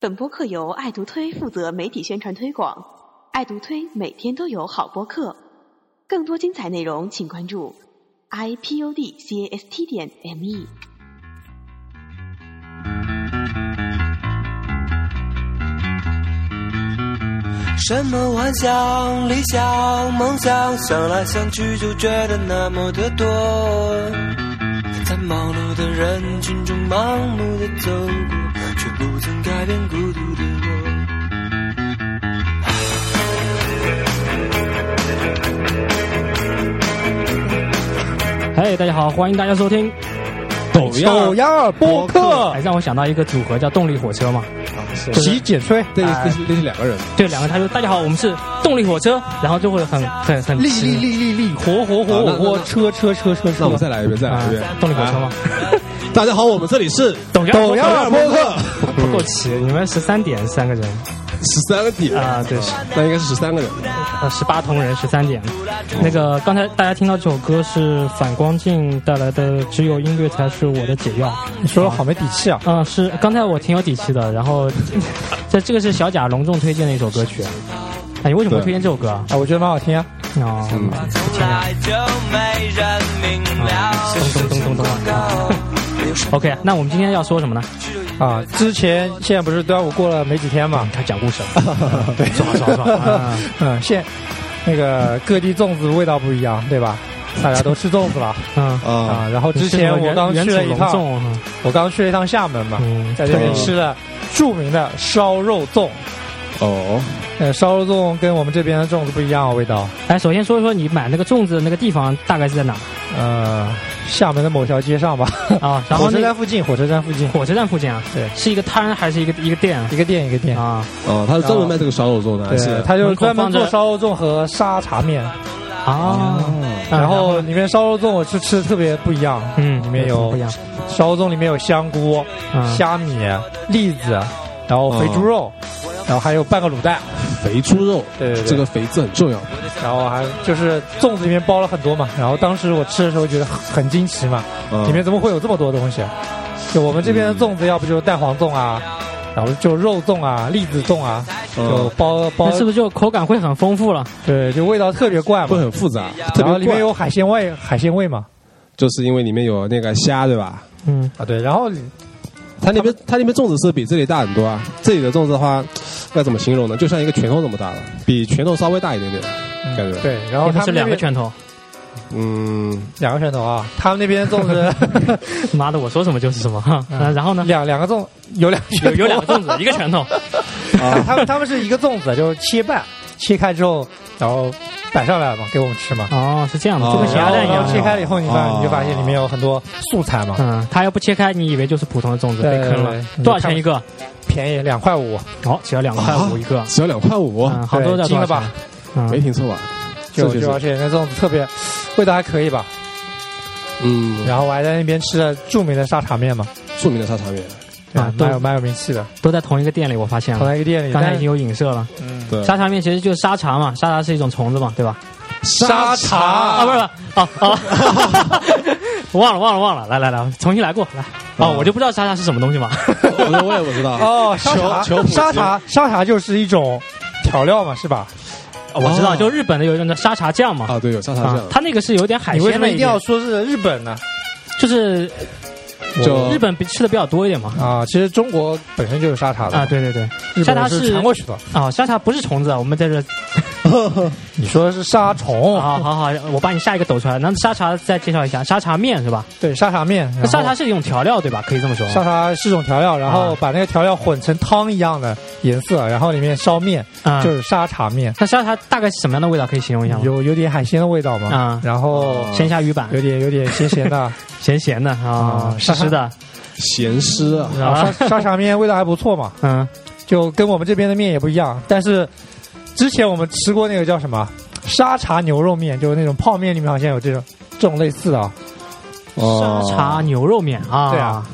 本播客由爱读推负责媒体宣传推广，爱读推每天都有好播客，更多精彩内容请关注 i p o d c a s t 点 m e。什么幻想、理想、梦想，想来想去就觉得那么的多。在忙碌的人群中盲目的走过，却不曾改变孤独的我。嘿大家好，欢迎大家收听哦抖手音样播客，哎，让我想到一个组合叫动力火车嘛，洗剪吹，对，哎这是这是两个人，对，两个他说大家好，我们是动力火车，然后就会很很很力力力力力。火火火火火车车车车车，那我们再来一遍，再来一遍啊。动力火车吗？大家好，我们这里是抖音抖样播客，不够齐，你们十三点三个人十三个点，啊，对，是那应该是十三个人。呃十八同人十三点。那个刚才大家听到这首歌是反光镜带来的《只有音乐才是我的解药》，你说的好没底气啊！嗯，是刚才我挺有底气的。然后， 这这个是小贾隆重推荐的一首歌曲。哎，你为什么会推荐这首歌啊？啊，我觉得蛮好听啊。哦，从来就没人明了。咚啊咚咚咚咚啊 ！OK，那我们今天要说什么呢？啊，之前现在不是端午过了没几天嘛？他讲故事了， 对，爽爽爽！啊嗯，现那个各地粽子味道不一样，对吧？大家都吃粽子了嗯，啊，啊。然后之前我刚原去了一趟，粽，我刚去了一趟厦门嘛，嗯，在这边吃了著名的烧肉粽。哦，呃，烧肉粽跟我们这边的粽子不一样啊，味道。哎，首先说一说你买那个粽子的那个地方大概是在哪呃，厦门的某条街上吧， 啊？然后火车那站个附近，火车站附近火车站附近啊？对是一个摊还是一个一个店啊一个店一个店。啊？哦，他是专门卖这个烧肉粽的，还是对，？他就是门口专门放着做烧肉粽和沙茶面。啊，哦然后呢里面烧肉粽我吃吃的特别不一样，嗯，里面什么有不一样，烧肉粽里面有香菇、嗯虾米、栗子，然后肥猪哦肉，然后还有半个卤蛋，肥猪肉，对对对这个肥字很重要。然后还就是粽子里面包了很多嘛。然后当时我吃的时候觉得很很惊奇嘛，嗯里面怎么会有这么多东西？就我们这边的粽子，嗯要不就是蛋黄粽啊，然后就肉粽啊、栗子粽啊，就嗯包包那，是不是就口感会很丰富了？对，就味道特别怪会嘛。很复杂，特然后别里面怪，有海鲜味，海鲜味嘛。就是因为里面有那个虾，对吧？嗯，啊，对，然后它那边它那边粽子是比这里大很多啊，这里的粽子的话，该怎么形容呢？就像一个拳头这么大了，比拳头稍微大一点点，感觉。对，然后一共他们是那两个边拳头。嗯，两个拳头啊，他们那边粽子 妈的，我说什么就是什么。哈嗯 啊然后呢？两两个粽有两个有拳头，，有两个粽子，一个拳头。啊他们他们是一个粽子，就是切半，切开之后，然后摆上来嘛，给我们吃嘛。哦，是这样的，哦就跟咸鸭然后蛋一然后切样。开了以后，你发哦你就发现里面有很多素菜嘛，嗯，它要不切开，你以为就是普通的粽子，啊对被坑了对。对多少钱一个？便宜两块五，哦，只要两块五一个。只要两块五，嗯，杭州啊对在惊多少了钱吧？没嗯，听错吧？就这就而且那粽子特别味道还可以吧。嗯，然后我还在那边吃了著名的沙茶面嘛，著名的沙茶面，啊对蛮对有蛮有名气的，都在同一个店里，我发现同了。在一个店里。刚才但已经有影射了。嗯，对，沙茶面其实就是沙茶嘛，沙茶是一种虫子嘛，对吧？沙啊，茶不是，不是哦哦， 忘了忘了忘了，来来来，重新来过来。啊哦，我就不知道沙茶是什么东西嘛。我我也不知 道。哦，沙茶求求普及沙茶沙茶就是一种调料嘛，是吧？我知道，哦就日本的有一种叫沙茶酱嘛。啊，对，有沙茶啊酱，，它那个是有点海你为什鲜么的一定点要说是日本呢？就是就日本比吃的比较多一点嘛。啊，其实中国本身就是沙茶的啊，，对对对，日沙本茶人是是传过去的。啊，沙茶不是虫子，我们在这你说的是沙虫，啊，好好，我把你下一个抖出来。那沙茶再介绍一下，沙茶面是吧？对沙茶面，那然后沙茶是一种调料对吧？可以这么说。沙茶是种调料，然后啊把那个调料混成汤一样的颜色，然后里面烧面，啊，就是沙茶面，那沙茶大概是什么样的味道？可以形容一下吗？有有点海鲜的味道嘛，啊然后哦鲜虾鱼板，有点有点咸咸 的，咸咸的啊，啊湿湿的咸湿啊，然后啊，沙沙茶面味道还不错嘛，嗯，就跟我们这边的面也不一样，但是之前我们吃过那个叫什么沙茶牛肉面，就是那种泡面里面好像有这种这种类似 的啊，哦沙茶牛肉面啊，对啊，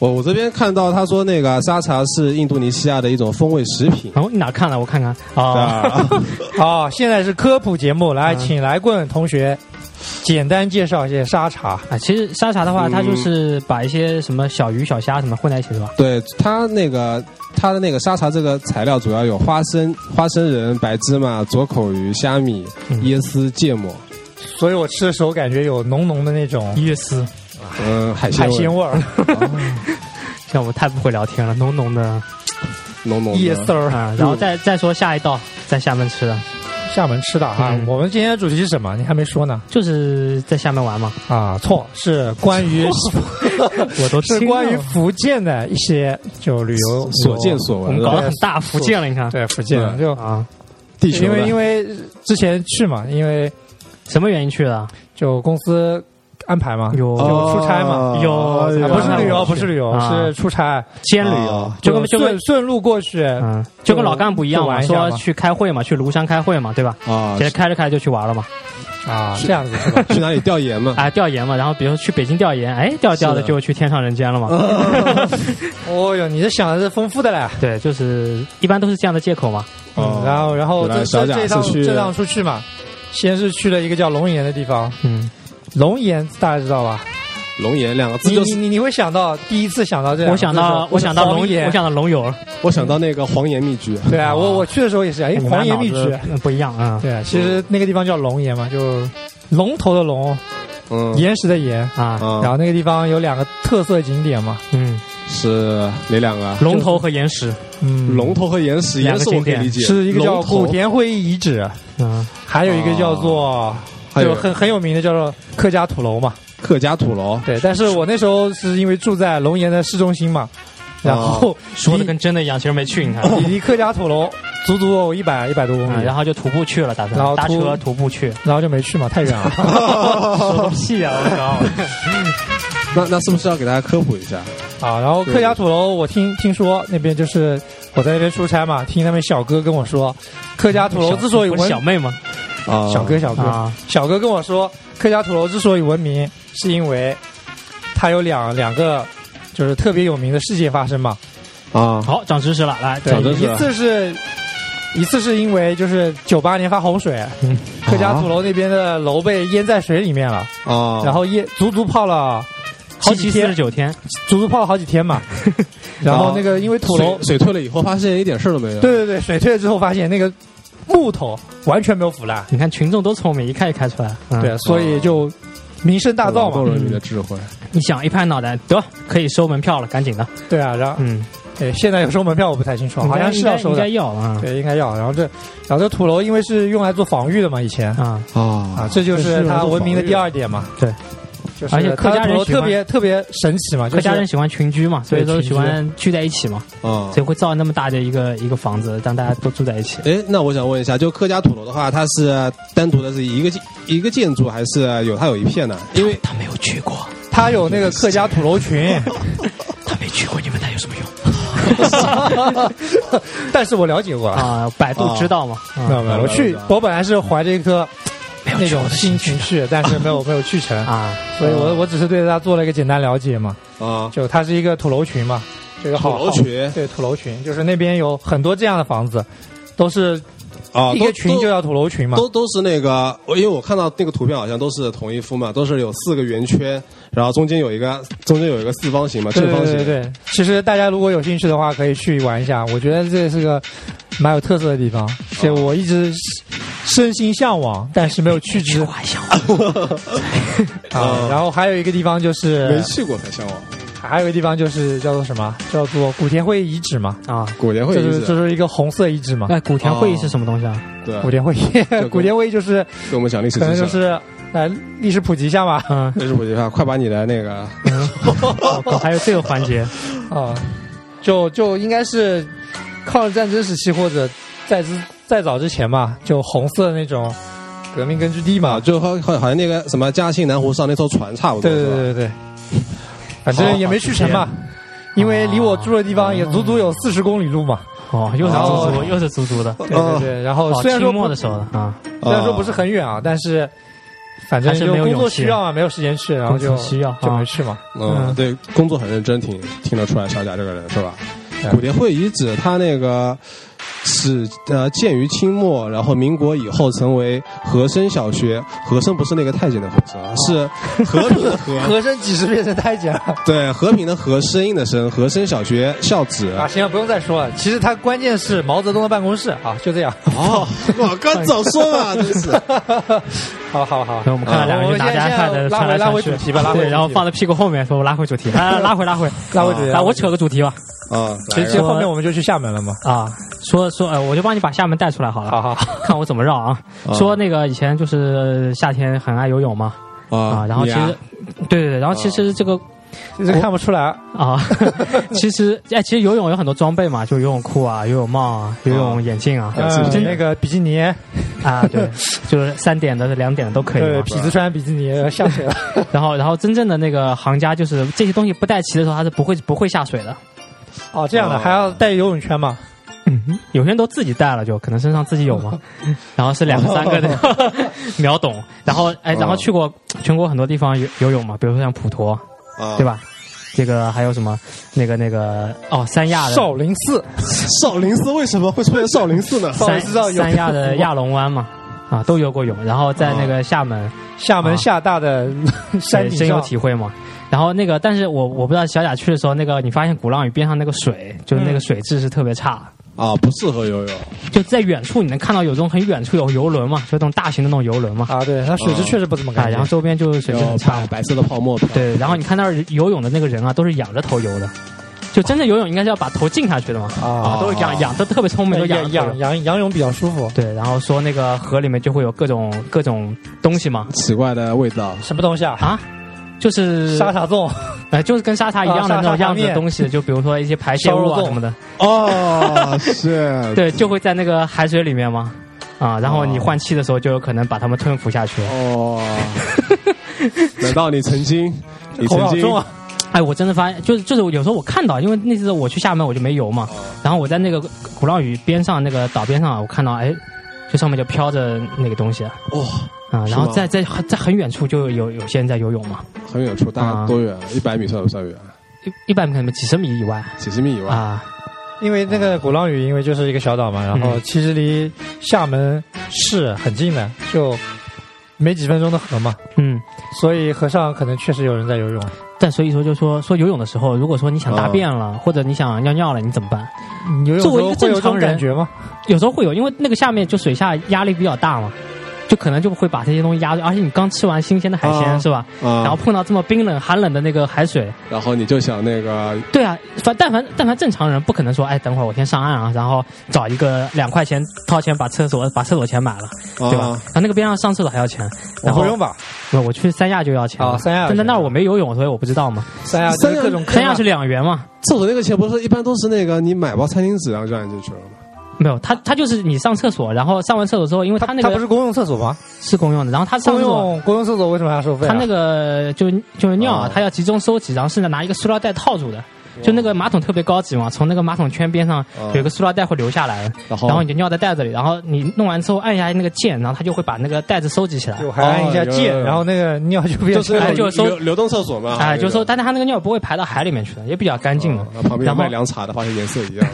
我我这边看到他说那个啊沙茶是印度尼西亚的一种风味食品哦，你哪看了？哦我看看啊，啊， 好，现在是科普节目，来，嗯请来棍同学简单介绍一些沙茶。啊，其实沙茶的话，嗯它就是把一些什么小鱼、小虾什么混在一起，是吧？对它那个它的那个沙茶这个材料主要有花生、花生仁、白芝麻、左口鱼、虾米、嗯椰丝、芥末，所以我吃的时候感觉有浓浓的那种椰丝，嗯，海鲜海味鲜味儿、像我太不会聊天了，浓浓的浓浓的。椰丝儿。啊。然后再再说下一道，在厦门吃的，厦门吃的啊嗯，我们今天的主题是什么？你还没说呢。就是在厦门玩嘛。啊，错，是关于 我都是听关于了福建的一些就旅游所见所我闻们了，搞得很大福建了，你看对福建的嗯就啊，地球因为的因为之前去嘛，因为什么原因去的？就公司安排嘛，有就出差嘛哦有哎有啊呀不是旅游，啊不是旅游，啊是出差，兼旅游哦，就跟就就跟顺顺路过去。嗯，就跟老干部一样就嘛，玩一下说嘛去开会嘛，去庐山开会嘛，对吧？ 啊其，实开着开着就去玩了嘛，啊，这样子是吧？去哪里调 研嘛？啊，调研嘛，然后比如说去北京调研，哎，调着调着是就去天上人间了嘛，哦哟，你这想的是丰富的嘞。 对，就是一般都是这样的借口嘛，哦嗯，然后然后原来这哦小这贾这是趟去这趟出去嘛，先是去了一个叫龙岩的地方，嗯，龙岩大家知道吧？龙岩两个字你就你是你你会想到第一次想到这两我个字的想时候，到我想到龙，黄岩我想到龙友，我想到那个黄岩密居，对啊，我我去的时候也是，哎，你黄们岩脑密子居，不一样啊对啊，其实那个地方叫龙岩嘛，就龙头的龙，嗯，岩石的岩。啊，啊然后那个地方有两个特色景点嘛，嗯，是哪两个啊？龙头和岩石，嗯，龙头和岩石，两岩个石景我可以理解，是一个叫龙古头，田会议遗址，嗯，还有一个叫做还就有很很有名的叫做客家土楼嘛。客家土楼，对，但是我那时候是因为住在龙岩的市中心嘛，然后说的跟真的一样，其实没去，你看，离离客家土楼足足有一百一百多公嗯里，然后就徒步去了，打然算后搭徒车徒步 去，然后就没去嘛，太远了。屁啊，我那那是不是要给大家科普一下？啊，然后客家土楼，我听听说那边就是我在那边出差嘛，听他们小哥跟我说，客家土楼之所以不是闻小妹吗？啊小哥小哥啊，小哥跟我说，客家土楼之所以闻名，是因为它有两两个就是特别有名的事件发生嘛，啊，好，长知识了，来，对长，知识一了次是。一次是因为就是九八年发洪水，嗯客家土楼那边的楼被淹在水里面了，啊，然后淹足足泡了好好奇几四天十，九天，足足泡了好几天嘛。 然后那个因为土楼啊水水退了以后，发现一点事儿都没有。对对对，水退了之后发现那个木头完全没有腐烂，你看群众多聪明，一看就看出来。嗯、对，，所以就名声大劳噪动啊嘛，人民的智慧，你想一拍脑袋，得可以收门票了，赶紧的。对啊，然后嗯，对，现在有收门票我不太清楚，好像是应该要收应该的，要啊对，应该要。然后这，然后这土楼因为是用来做防御的嘛，以前啊！啊啊，这就是它文明的第二二点嘛，对，就是而且客家人它的土楼喜欢特别特别神奇嘛，就客家人是喜欢群居哦嘛，所以对都群喜居欢聚在一起嘛，啊所以。会造那么大的一个一个房子，让大家都住在一起。哎，那我想问一下，就客家土楼的话，它是单独的是一个一个建筑，还是有它有一片呢？因为他没有去过，它有那个客家土 楼群，他没去过，你问他有什么用但是我了解过，啊？百度知道嘛？知道啊没有？我去，我本来是怀着一颗没有那去过种哎的心情去，但是没有没有去成。啊，所以我我只是对它做了一个简单了解嘛，啊，就它是一个土楼群嘛，这个土好楼群好对土楼群，就是那边有很多这样的房子，都是啊，一都个群就叫土楼群嘛，都都是那个，我因为我看到那个图片好像都是同一幅嘛，都是有四个圆圈，然后中间有一个中间有一个四方形嘛，对正方对形。对对。其实大家如果有兴趣的话，可以去玩一下，我觉得这是个蛮有特色的地方，就我一直身心向往，但是没有去之还想啊。然后还有一个地方就是哦没，去过才向往。还有一个地方就是叫做什么？叫做古田会遗址嘛，啊。古田会这遗是这址，嗯是一个红色遗址嘛。哎，古田会议是什么东西啊？对，古田会 议，古田会议就是给我们讲历史可能知就识。是来历史普及一下嘛。嗯，历史普及法，快把你的那个哦还有这个环节，啊，就就应该是抗日战争时期或者在之再早之前嘛，就红色的那种革命根据地啊，嘛。就好好好像那个什么嘉兴南湖上那艘船差不对多，对是吧对对对，反正也没去成嘛，因为离我住的地哦方也足足有四十公里路嘛。 哦，又是然足后足，又是足足的。对对对，然后哦，虽然清说末不的时候了啊，虽然哦说不是很远啊，但是。反正还是就没有工作勇气需要嘛，没有时间去，然后就工作需要就啊没去嘛。嗯，嗯对，工作很认真，挺听得出来小贾这个人是吧对？，古田会遗址，它那个始呃建于清末，然后民国以后成为和珅小学。和珅不是那个太监的和珅哦啊，是和平的 和和珅几十变成太监了。对和平的和，声音的声，和珅小学校址。啊，行了，不用再说了。其实他关键是毛泽东的办公室啊，就这样。哦，我刚早说嘛，真 是。好好好，然后我们看到两个人我拿现着在 iPad 的哦拉传回来拉传回去主题吧，拉回对，然后放到在屁股后面，说我拉回主 题，啊，拉回拉回，拉回主题来，我扯个主题吧，啊，其来实说后面我们就去厦门了嘛。啊，说说，呃，我就帮你把厦门带出来好了，好哦好好，看我怎么绕啊。啊说那个以前就是夏天很爱游泳嘛，哦啊，然后其你啊实，对对对，然后其实这个就是看不出来，啊， 其实哎，其实游泳有很多装备嘛，就游泳裤啊、游泳帽啊、游泳眼镜啊，啊呃真的那个比基尼，啊，对，就是三点的、两点的都可以对，嘛。痞子穿比基尼呃下水了。然后，然后真正的那个行家就是这些东西不带齐的时候，他是不会不会下水的。哦，这样的哦还要带游泳圈嘛？有些人都自己带了就，可能身上自己有嘛。然后是两个三个的秒懂，然后哎，然后去过全国很多地方游游泳嘛，比如说像普陀，啊对？吧？这个还有什么？那个那个哦，三亚的少林寺，少林寺为什么会出现少林寺呢？不好三意思啊有三亚的亚龙湾嘛，啊，都游过泳，然后在那个厦门厦门厦大的山对顶深有上，体会嘛。然后那个，但是我我不知道小贾去的时候，那个你发现鼓浪屿边上那个水，就是嗯那个水质是特别差，啊，不适合游泳。就在远处你能看到有这种很远处有游轮嘛，就那种大型的那种游轮嘛，啊，对，它水质确实不怎么啊，干然净后。周边就是水质很有差白，白色的泡沫。对，然后你看那儿游泳的那个人啊，都是仰着头游的，就真正游泳应该是要把头浸下去的嘛，啊，都是仰仰都特别聪明，都仰仰着头游仰仰仰泳比较舒服。对，然后说那个河里面就会有各种各种东西嘛，奇怪的味道。什么东西啊？啊，就是沙茶啊粽，呃，就是跟沙茶一样的那种样子的东西，就比如说一些排泄物啊什么的，呃哦，是。对，就会在那个海水里面嘛，啊，然后你换气的时候就有可能把它们吞服下去。哦， 难道你曾经，你口曾好经重啊！哎，我真的发现，就是就是有时候我看到，因为那次我去厦门我就没游嘛，哦然后我在那个鼓浪屿边上那个岛边上，我看到哎，这上面就飘着那个东西啊，哇，然是后吗在在在很远处就有有些人在游泳嘛，很远处，大啊概多远？一百米算不算远？一一百米可能几十米以外几十米以外。啊，因为那个鼓浪屿，因为就是一个小岛嘛，然后嗯其实离厦门市很近的，就没几分钟的河嘛，嗯。所以河上可能确实有人在游泳。但所以说，就说说游泳的时候，如果说你想大便了，或者你想尿尿了，你怎么办？你游泳作为时候一个正会有这常种人感觉吗？有时候会有，因为那个下面就水下压力比较大嘛，就可能就会把这些东西压住。而且你刚吃完新鲜的海鲜、啊是吧？啊，然后碰到这么冰冷寒冷的那个海水，然后你就想那个对啊，反但凡但凡正常人不可能说，哎，等会儿我先上岸啊，然后找一个两块钱掏钱把厕所把厕所钱买了，对吧？啊，然后那个边上上厕所还要钱，然我后不用吧？不我去三亚就要钱啊三亚但在那儿有钱我没游泳，所以我不知道嘛。三亚就三是亚各种坑啊三亚是两元嘛，厕所那个钱不是一般都是那个你买包餐巾纸然啊后就按进去了吗？没有，他他就是你上厕所，然后上完厕所之后，因为它他那它不个是公用厕所吗？是公用的，然后他上公厕所，用公用厕所为什么要收费啊？他那个就就是尿啊哦，他要集中收集，然后甚至拿一个塑料袋套住的，就那个马桶特别高级嘛，从那个马桶圈边上哦有一个塑料袋会流下来，然后然后你就尿在袋子里，然后你弄完之后按一下那个键，然后它就会把那个袋子收集起来。就还按一下哦有有键，有然后那个尿就变就成是哎 那就种是收流流动厕所嘛，哎，就是说，它但是它那个尿不会排到海里面去的，也比较干净嘛。哦旁边有然后卖凉茶的，发现颜色一样。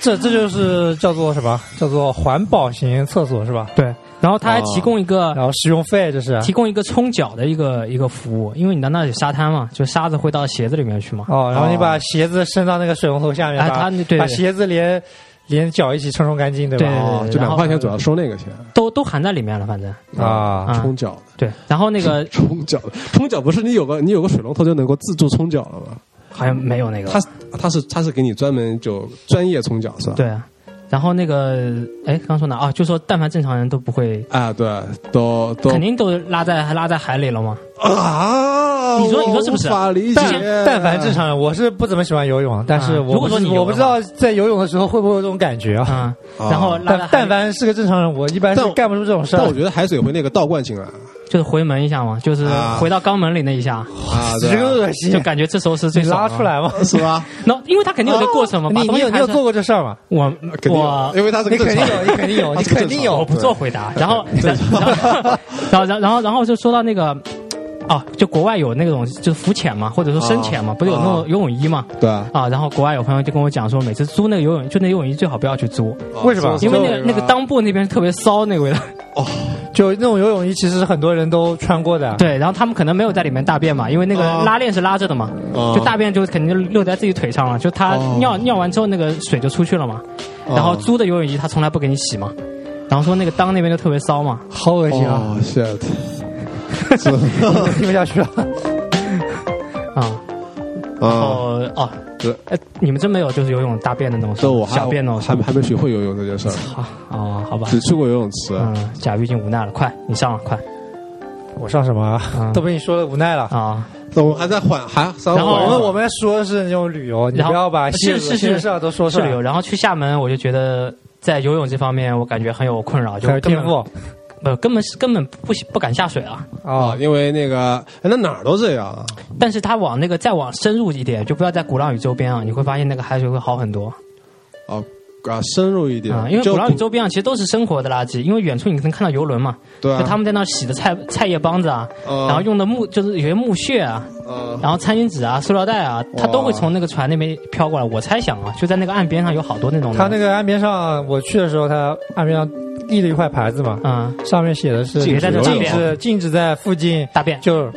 这这就是叫做什么？叫做环保型厕所是吧？对，然后它还哦提供一个然后使用费这是啊提供一个冲脚的一个一个服务，因为你到那有沙滩嘛，就沙子会到鞋子里面去嘛。哦，然后你把鞋子伸到那个水龙头下面，哎把它对对把鞋子连连脚一起冲冲干净，对吧？对哦，就然两后块钱主要收那个钱都都含在里面了，反正啊，啊冲脚的。对。然后那 个冲脚的，冲脚不是你有个你有个水龙头就能够自助冲脚了吗？好像没有那个它，是它是它是给你专门就专业冲脚是吧？对啊。然后那个哎，刚说哪啊？就说但凡正常人都不会，啊，对，都都肯定都拉在拉在海里了嘛。啊！你说我你说是不是无法理解但，但凡正常人，我是不怎么喜欢游泳，但是啊我如果不说知你游我不的知道在游泳的时候会不会有这种感觉啊。啊，啊然后拉在但海但里凡是个正常人，我一般是但干不出这种事儿但我。觉得海水会那个倒灌进来就是回门一下嘛，就是啊回到肛门里那一下，啊，几个对啊恶就心，感觉这时候是最你爽拉的出。来吗？是吧？那因为他肯定有这啊个过程嘛，把你东你西有你排有出来做过这事儿吗？我肯定有，我因为它是你个肯正定常有，你肯定有，它你是正肯定常有 我。不做回答。然后，然后，然后，然后，然后就说到那个，哦，就国外有那种就是浮潜嘛，或者说深潜嘛，啊不是有那种啊游泳衣嘛？对啊，啊，然后国外有朋友就跟我讲说，每次租那个游泳，就那游泳衣最好不要去租，为什么因为那个啊是那吧个裆部那边特别骚那个 味道。哦就那种游泳衣，其实很多人都穿过的。对，然后他们可能没有在里面大便嘛，因为那个哦拉链是拉着的嘛，哦就大便就肯定就溜在自己腿上了，就他哦尿、尿完之后那个水就出去了嘛。然后哦租的游泳衣他从来不给你洗嘛，然后说那个裆那边就特别骚嘛。好恶心啊！哦 shit，是 哦 听不下去了。啊、然啊，后哦，哦对，哎，你们真没有就是游泳大便的那种事这我还小便那种事还还没学会游泳这件事儿，啊哦，好吧，只去过游泳池。嗯，甲鱼已经无奈了，快你上了，快我上什么啊？嗯都被你说的无奈了。啊！那我们还在缓，还稍微然后缓我一们缓我们说的是那种旅游，你哦然后不要把是是是事儿都说出是来旅。游，然后去厦门，我就觉得在游泳这方面，我感觉很有困扰，就还有根天本赋不根本是根本不不敢下水啊。啊啊，！因为那个哎那哪儿都这样啊，但是它往那个再往深入一点，就不要在鼓浪屿周边啊，你会发现那个海水会好很多啊啊，深入一点啊、，因为就鼓浪屿周边啊，其实都是生活的垃圾，因为远处你能看到游轮嘛，对啊就，他们在那儿洗的菜 菜叶帮子啊，嗯然后用的木就是有些木屑啊，嗯然后餐巾纸啊、塑料袋啊，它都会从那个船那边飘过来。我猜想啊，就在那个岸边上有好多那种的他那个岸边上，我去的时候，他岸边上立了一块牌子嘛，嗯上面写的是禁止在这禁边止禁止在附近大便就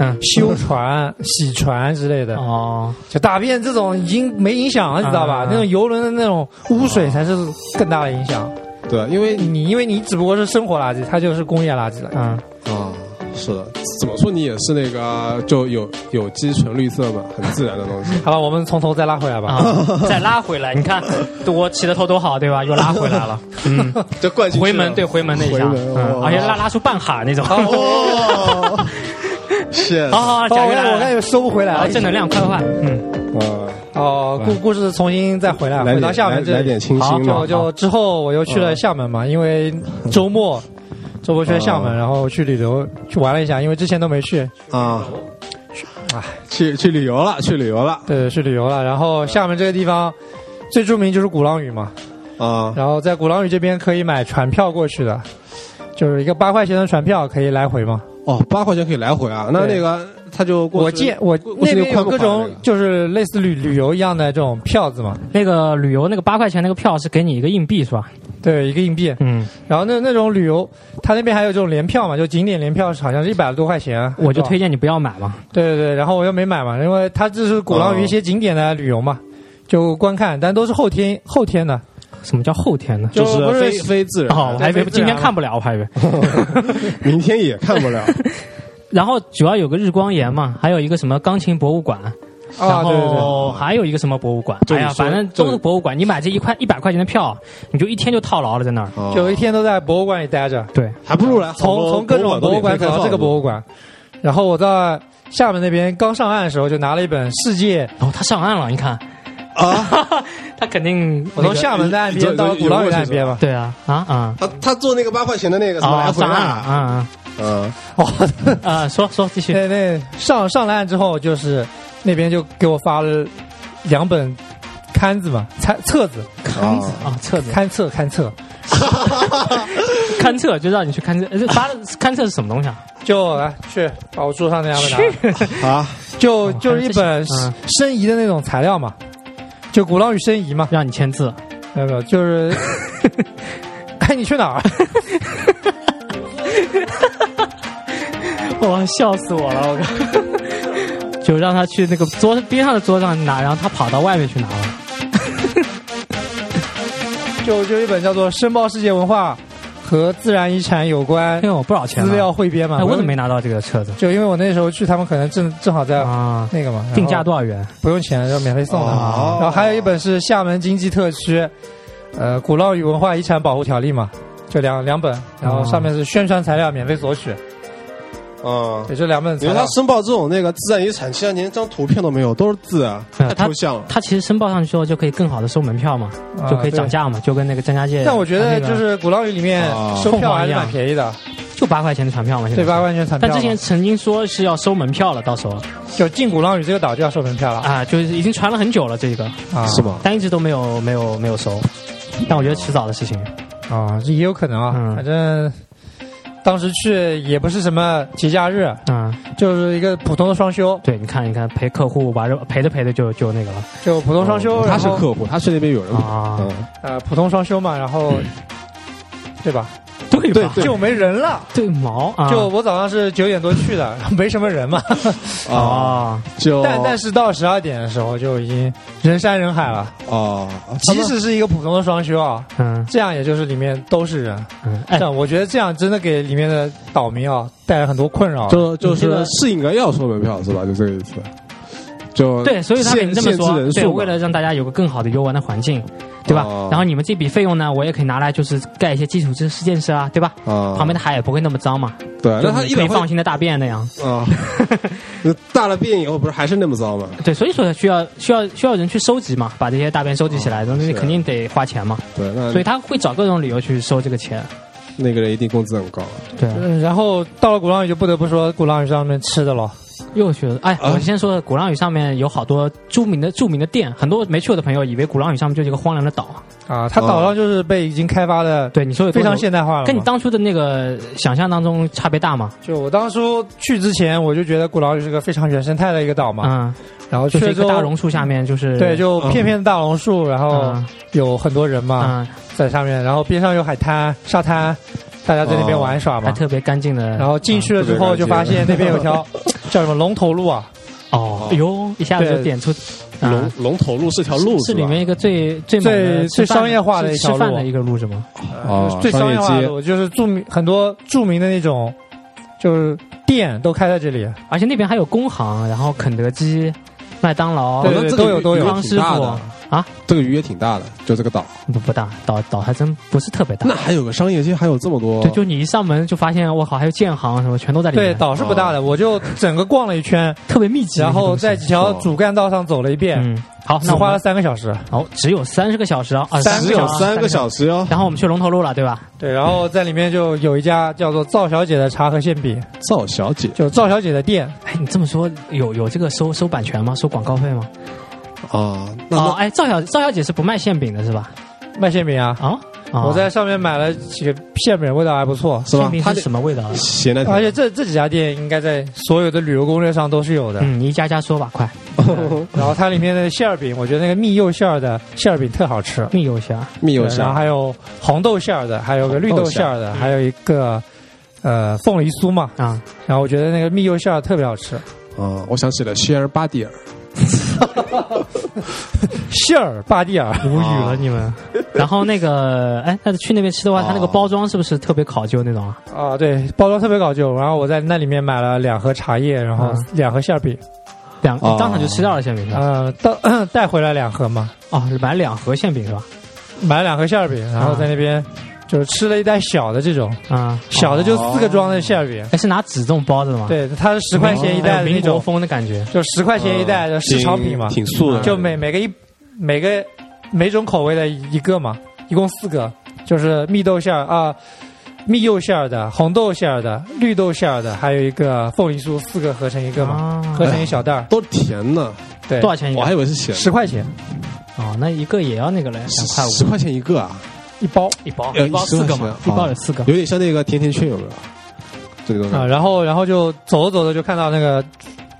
嗯修船、洗船之类的。哦就大便这种已经没影响了，你知道吧？嗯那种游轮的那种污水才是更大的影响。对，啊因为你因为你只不过是生活垃圾，它就是工业垃圾了。嗯啊，是的，怎么说你也是那个就有有机纯绿色嘛，很自然的东西。 好了，我们从头再拉回来吧。啊，再拉回来，你看我起的头多好，对吧？又拉回来了，嗯，这灌进去了回门对回门那一下，啊回门嗯，哦而且拉拉啊出半哈那种。好 哦，是好好，好，讲我回看哦我来看了，又收不回来好了。啊正能量，快快快，嗯，啊，哦，故故事重新再回来，来回到点厦来门这来里。点清好新嗯就我的，就之后我又去了厦门嘛，因为周末周末去了厦门，嗯然后去旅游去玩了一下，因为之前都没去。啊唉，去去旅游了，去旅游了对，去旅游了。然后厦门这个地方最著名就是鼓浪屿嘛，啊然后在鼓浪屿这边可以买船票过去的，就是一个八块钱的船票可以来回嘛。哦，八块钱可以来回啊，那对那个他就过去我见我过过那去边宽有不各宽种那个就是类似旅旅游一样的这种票子嘛，那个旅游那个八块钱那个票是给你一个硬币是吧？对，一个硬币。嗯，然后那那种旅游，他那边还有这种联票嘛，就景点联票好像是一百多块钱。我就是吧推荐你不要买嘛。对对对，然后我又没买嘛，因为它这是鼓浪屿一些景点的旅游嘛，就观看，但都是后天后天的，什么叫后天呢？就就是不是非非自然，哦，我还以为对啊今天看不了，我还 以为。 明天也看不了然后主要有个日光岩嘛，还有一个什么钢琴博物馆，然啊，对对对，后还有一个什么博物馆，这哎里呀，说反正这都是里博物馆。你买这一块一百块钱的票，你就一天就套牢了在那儿。 哦就一天都在博物馆里待着，对，还不如来从从各种博物馆走到这个博物物馆，然后我在厦门那边刚上岸的时候就拿了一本世界，然后他上岸了，你看，啊， 他肯定我从厦门的岸边到鼓浪屿的岸边嘛，对啊啊啊他他做那个八块钱的那个什么啊来回上岸了啊，啊 啊嗯，哦，啊！说说继续，对对，上上了岸之后就是那边就给我发了两本刊子嘛，册册子，勘哦测啊测子刊册刊册，勘测就让你去勘测，呃这发勘测是什么东西啊？就来去把我桌上那两本拿 来。啊，就哦就是一本还有这些嗯申遗的那种材料嘛，就鼓浪屿申遗嘛，让你签字没有没有，就是， 哎，你去哪儿？哇，笑死我了！我靠， 就让他去那个桌边上的桌上拿，然后他跑到外面去拿了。就就一本叫做《申报世界文化和自然遗产有关因为我不少钱啊资料汇编》嘛哎，，我怎么没拿到这个车子就因为我那时候去，他们可能正正好在啊？那个嘛，定价多多少元？不用钱，就免费送的。哦然后还有一本是厦门经济特区，呃，《鼓浪屿文化遗产保护条例》嘛，就两两本，然后上面是宣传材料免费索取，哦嗯，也就两本你材说料他。申报这种那个自然遗产，现在连张图片都没有，都是字啊，没有太他抽象了。他其实申报上去之后，就可以更好的收门票嘛，啊就可以对涨价嘛，就跟那个张家界。但我觉啊得那个就是鼓浪屿里面啊收票还是蛮便宜哦的，就八块钱的船票嘛，现在对八。块钱船票但嘛。之前曾经说是要收门票了，到时候就进鼓浪屿这个岛就要收门票了啊，就是已经传了很久了这个，啊，是？吗？但一直都没有没有没有收。但我觉得迟早的事情。啊，这也有可能啊，嗯反正当时去也不是什么节假日，嗯就是一个普通的双休，对，你看，你看，陪客户玩着陪着陪着就就那个了就普通双休，哦他是然后客户，他是那边有人。啊，嗯，呃普通双休嘛，然后对吧？对吧？对就没人了。对毛啊，就我早上是九点多去的， 没什么人嘛，啊，就但但是是到十二点的时候就已经人山人海了。哦，即使是一个普通的双休啊，嗯这样也就是里面都是人，嗯，哎这，样我觉得这样真的给里面的岛民啊带来很多困扰。就就你这是个是应该要收门票是吧？就这个意思。就对，所以他限们这么限制说，人数对，嘛为了让大家有个更好的游玩的环境，对吧？哦然后你们这笔费用呢，我也可以拿来就是盖一些基础设施建设啊，对吧？啊，旁边的海也不会那么脏嘛，对，那就他你一可以两放心的大便那样。 啊，那大了便以后不是还是那么脏吗？对，所以说需要需要需要人去收集嘛，把这些大便收集起来，那、哦是啊嗯你肯定得花钱嘛，对，那所以他会找各种理由去收这个钱。那个人一定工资很高。对，嗯，然后到了鼓浪屿就不得不说鼓浪屿上面吃的了，又去了。哎，啊我先说，鼓浪屿上面有好多著名的著名的店，很多没去过的朋友以为鼓浪屿上面就是一个荒凉的岛。啊，它岛上就是被已经开发的哦对，你说有多非常有现代化了嘛。跟你当初的那个想象当中差别大吗？就我当初去之前，我就觉得鼓浪屿是个非常原生态的一个岛嘛，嗯，然后就去是了一之个后大榕树下面，就是对，就哦嗯片片大榕树，然后嗯有很多人嘛嗯，在上面，然后边上有海滩、沙滩，大家在那边玩耍还嘛。特别干净的。然后进去了之后，就发现那边有条 叫什么龙头路啊，哦，哎呦，一下子就对点出啊龙龙头路是条路是吧里面一个最最猛的最最商业化的吃一条吃饭路的一个路是吗？哦就是最商业化商业的路，就是著名很多著名的那种，就是店都开在这里。而且那边还有工行，然后肯德基、麦当劳对哦那对这都个有都有鱼康挺师大傅的，啊，这个鱼也挺大的，就这个岛。不不大，岛岛还真不是特别大那。还有个商业街，还有这么多，对，就你一上门就发现，我靠，还有建行什么，全都在里对，面，岛是不大的，我就整个逛了一圈， 特别密集。然后这个在东几西条主干道上走了一遍，嗯，好，只那我花了们三个小时。哦，只有三十个小时啊，啊三只有三个时。小时哦哟。然后我们去龙头路了，对吧？对，然后在里面就有一家叫做赵小姐的茶和馅嗯饼，赵小姐，就赵小姐的店，哎，你这么说有有这个收收版权吗？收广告费吗？啊，那哦，哎，赵小赵小姐是不卖馅饼的是吧？卖馅饼啊。啊，啊我在上面买了几个馅饼，味道还不错。是吧馅？饼他是什么味道啊？咸的，而且这这几家店应该在所有的旅游攻略上都是有的。嗯，你一家家说吧，快，嗯然后它里面的馅儿饼，我觉得那个蜜柚馅儿的馅儿饼特好吃。蜜柚虾，蜜柚对然后虾，还有红豆馅儿的，还有个绿豆馅儿嗯的，还有一个呃凤梨酥嘛。啊，然后我觉得那个蜜柚馅儿特别好吃，啊，我想起了 Share b a d i 馅儿巴蒂尔。啊无语了你们。然后那个，哎，那去那边吃的话，它那个哦包装是不是特别考究那种啊？啊，对，包装特别考究。然后我在那里面买了两盒茶叶，然后嗯两盒馅儿饼，两，哦你当场就吃掉了馅饼是吧？呃，到 带回来两盒嘛，哦，买两盒馅饼是吧？买了两盒馅儿饼，然嗯后在那边就是吃了一袋小的这种，啊，小的就四个装的馅儿饼。哎，是拿纸这种包子的吗？，对，它是十块钱一袋的那哦民国种，风的嗯感觉。就十块钱一袋的市场品嘛，挺素的，就每每个一每个每种口味的一个嘛，一共四个，就是蜜豆馅儿啊、蜜柚馅儿的、红豆馅儿的、绿豆馅儿的，还有一个凤梨酥，四个合成一个嘛，啊合成一小袋儿，都是甜的，对多，少钱一个我还？以为是咸的，哎十块钱哦，那一个也要那个嘞，两块十五块钱一个啊，一包一包，呃一包10四个嘛块，一钱哦包有四个。有点像那个甜甜圈，有没有？这嗯个东啊。西然后然后就走着走着就看到那个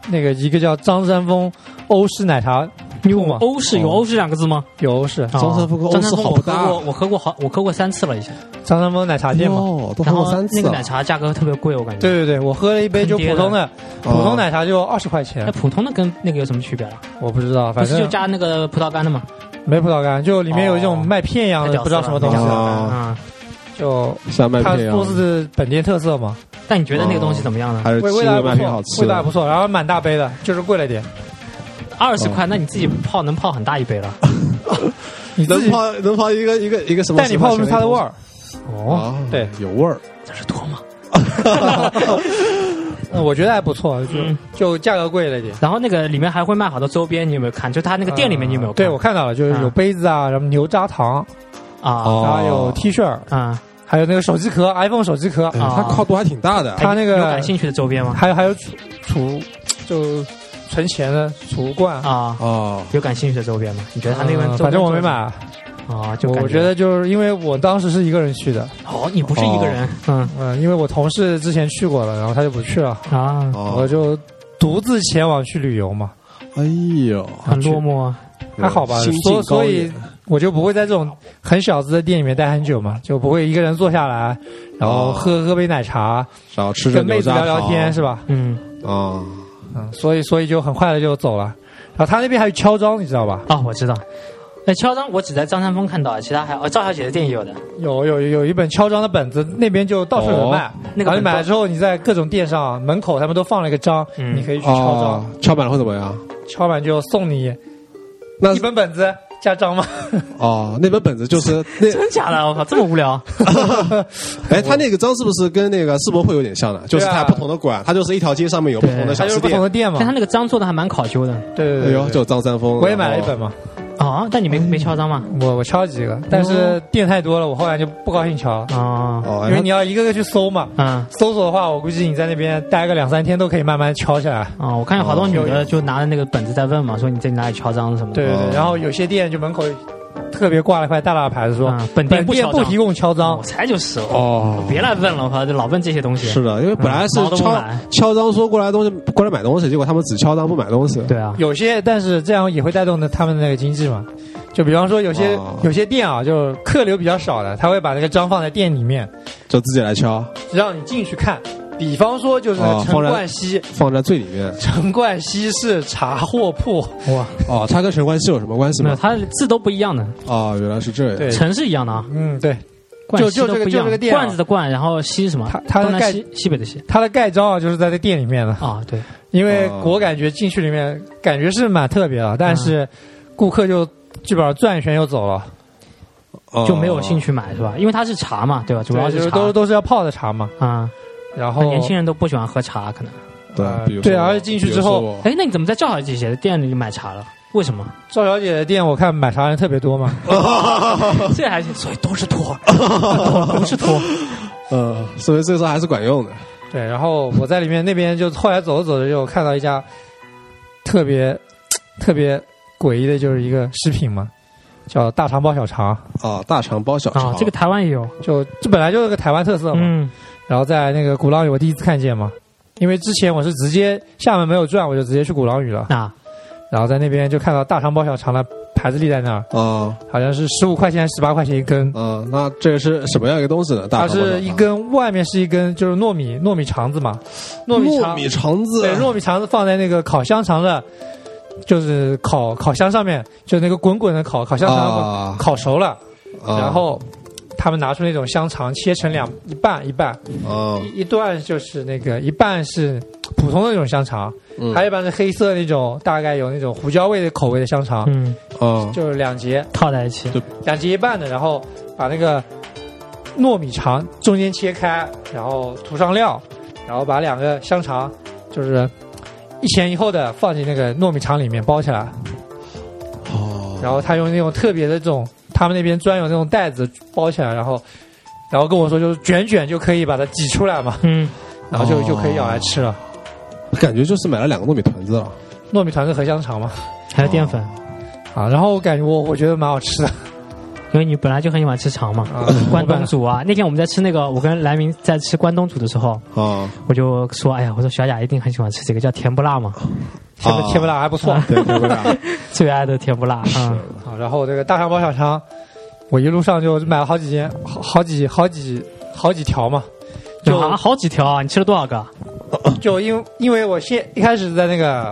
那个一个叫张三丰欧式奶茶铺嘛，欧式有欧式两个字吗？有欧式哦张三丰跟欧式张三丰好我不喝搭过，我喝过好，我喝过三次了已经。张三丰奶茶店嘛。哦，都喝然过后三次那个了奶茶价格特别贵，我感觉。啊对，对对，我喝了一杯就普通的，普哦通奶茶就二十块钱那，普通的跟那个有什么区别了？我不知道，不反是正就加那个葡萄干的吗？没葡萄干，就里面有一哦种麦片一样太的，屌不知道什么东西太屌丝啊，了啊！就像哦麦它片一都样，是本地特色嘛，但你觉得那个东西怎么样呢？还是味吃味道的哦麦还不片好错，吃啊味道还不的。错，然后蛮大杯的，就是贵了点，二十哦块，那你自己泡能泡很大一杯了。你自能己，泡能泡一个一个一个什么？但你泡不出它的味儿。哦，哦，对，啊有味儿。这是多吗？嗯我觉得还不错，就嗯就价格贵了点。然后那个里面还会卖好多周边，你有没有看？就他那个店里面，你有没有呃看？嗯对，我看到了，就是有杯子啊，什么牛轧糖，啊哦然后有 T 恤，啊，还有那个手机壳，iPhone 手机壳，哎啊它跨度还挺大的。啊它那个有感兴趣的周边吗？还有还有储储就存钱的储物罐。啊，哦，有感兴趣的周边吗？你觉得他那个嗯周边反正我没买，啊，就我我感觉得就是因为我当时是一个人去的，哦，你不是一个人，嗯，因为我同事之前去过了，然后他就不去了，嗯啊，我哦，就独自前往去旅游嘛，哎呦，很落寞啊。还好吧心，境所高所远以我就不会在这种很小资的店里面待很久嘛，就不会一个人坐下来，然后喝喝杯奶茶，然后哦吃着跟牛妹子轧聊聊天是吧？嗯，吧？啊，嗯，所以所以就很快的就走了。然后他那边还有敲章，你知道吧？哦，我知道。那敲章我只在张三丰看到，其他还哦，赵小姐的店也有的。有有有一本敲章的本子，那边就到处有人卖。哦那然个后本你买了之后，你在各种店上门口他们都放了一个章，嗯你可以去敲章，哦，敲板了会怎么样？敲完就送你那一本本子加章嘛。哦，那本本 子就是那真假的？我靠，这么无 聊。哎，他那个章是不是跟那个世博会有点像的？就是对啊它不同的馆，它就是一条街上面有不同的对它小 就吃是不店同。的店嘛但。他那个章做的还蛮考究的对对哎对呦，对对，就张三丰，我也买了一本然后。嘛。啊。但你没没敲章吗？哦我我敲了几个，但哦是店太多了，我后来就不高兴敲了，啊，哦，因为哎你要一个个去搜嘛。嗯。搜索的话，我估计你在那边待个两三天都可以慢慢敲下来。啊，我看有好多女的就拿着那个本子在问嘛，说你在哪里敲章什么的。对对对，哦然后有些店就门口特别挂了一块大大牌子说，嗯本店不敲章不提供敲章我。猜就是哦，哦，别来问了，我靠，就老问这些东西。是的，因为本来是嗯毛都不敲买敲章说过来东西过来买东西，结果他们只敲章不买东西。对啊，有些，但是这样也会带动的他们的那个经济嘛。就比方说，有些、哦有些店啊，就客流比较少的，他会把那个章放在店里面，就自己来敲，让你进去看。比方说，就是哦陈放在冠希， 放在最里面。陈冠希是茶货铺，哇，哦，它跟陈冠希有什么关系没有，吗？它字都不一样的，哦，原来是这样。对城是一样的啊，嗯，对，冠就希都就这个不一样就这个店啊罐子的罐，然后西是什么？它它的东南盖西西北的西他的盖章啊，就是在这店里面的，啊，对，因为哦我感觉进去里面感觉是蛮特别的，但是顾客就基本上转一圈又走了，哦就没有兴。趣买是吧？因为它是茶嘛，对吧？主要嗯对就是是茶都都是哦要泡的茶嘛，啊，然后那年轻人都不喜欢喝茶，可能。对呃，比如说对而且进去之后比如说我哎，那你怎么在赵小姐姐的店里买茶了？为什么？赵小姐的店我看买茶人特别多嘛，哦这 还所哎以都是托，都是托。呃，所以这个时候还是管用的。对，然后我在里面那边就后来走着走着就看到一家特别特别诡异的就是一个食品嘛，叫大肠包小肠，啊，大肠包小肠啊，，这个台湾也有，就这本来哦就是个台湾特色嘛，嗯，然后在那个鼓浪屿我第一次看见嘛，因为之前我是直接厦门没有转，我就直接去鼓浪屿了，啊，然后在那边就看到大肠包小肠的牌子立在那儿，啊好像是十五块钱、十八块钱一根，啊，那这个是什么样一个东西呢？大它肠包小肠是一根外面是一根就是糯米糯米肠子嘛，糯米肠糯米肠子，啊对糯米肠子放在那个烤香肠的，就是烤烤箱上面，就那个滚滚的烤烤香肠、啊，烤熟了，啊然后他们拿出那种香肠切成两一半一半，啊，一一段就是那个一半是普通的那种香肠，嗯还有一半是黑色的那种，大概有那种胡椒味的口味的香肠，嗯，啊，就是两节套在一起对两节一半的，然后把那个糯米肠中间切开，然后涂上料，然后把两个香肠就是一前一后的放进那个糯米肠里面包起来，哦，然后他用那种特别的这种他们那边专有那种袋子包起来，然后然后跟我说就是卷卷就可以把它挤出来嘛，嗯，然后就、哦就可以咬来吃了。感觉就是买了两个糯米团子了。糯米团子和香肠嘛，还有淀粉，啊，然后我感觉我我觉得蛮好吃的因为你本来就很喜欢吃肠嘛。啊， 关东煮啊，那天我们在吃那个，我跟来明在吃关东煮的时候， 啊，我就说，哎呀，我说小雅一定很喜欢吃这个叫甜不辣嘛，哦甜不啊甜不辣还不错。 对，对不对？ 最爱的甜不辣啊，啊，然后这个大肠包小肠，我一路上就买了好几件，好好几好几好几条嘛。就就好好几条啊，你吃了多少个？就因因为我先一开始在那个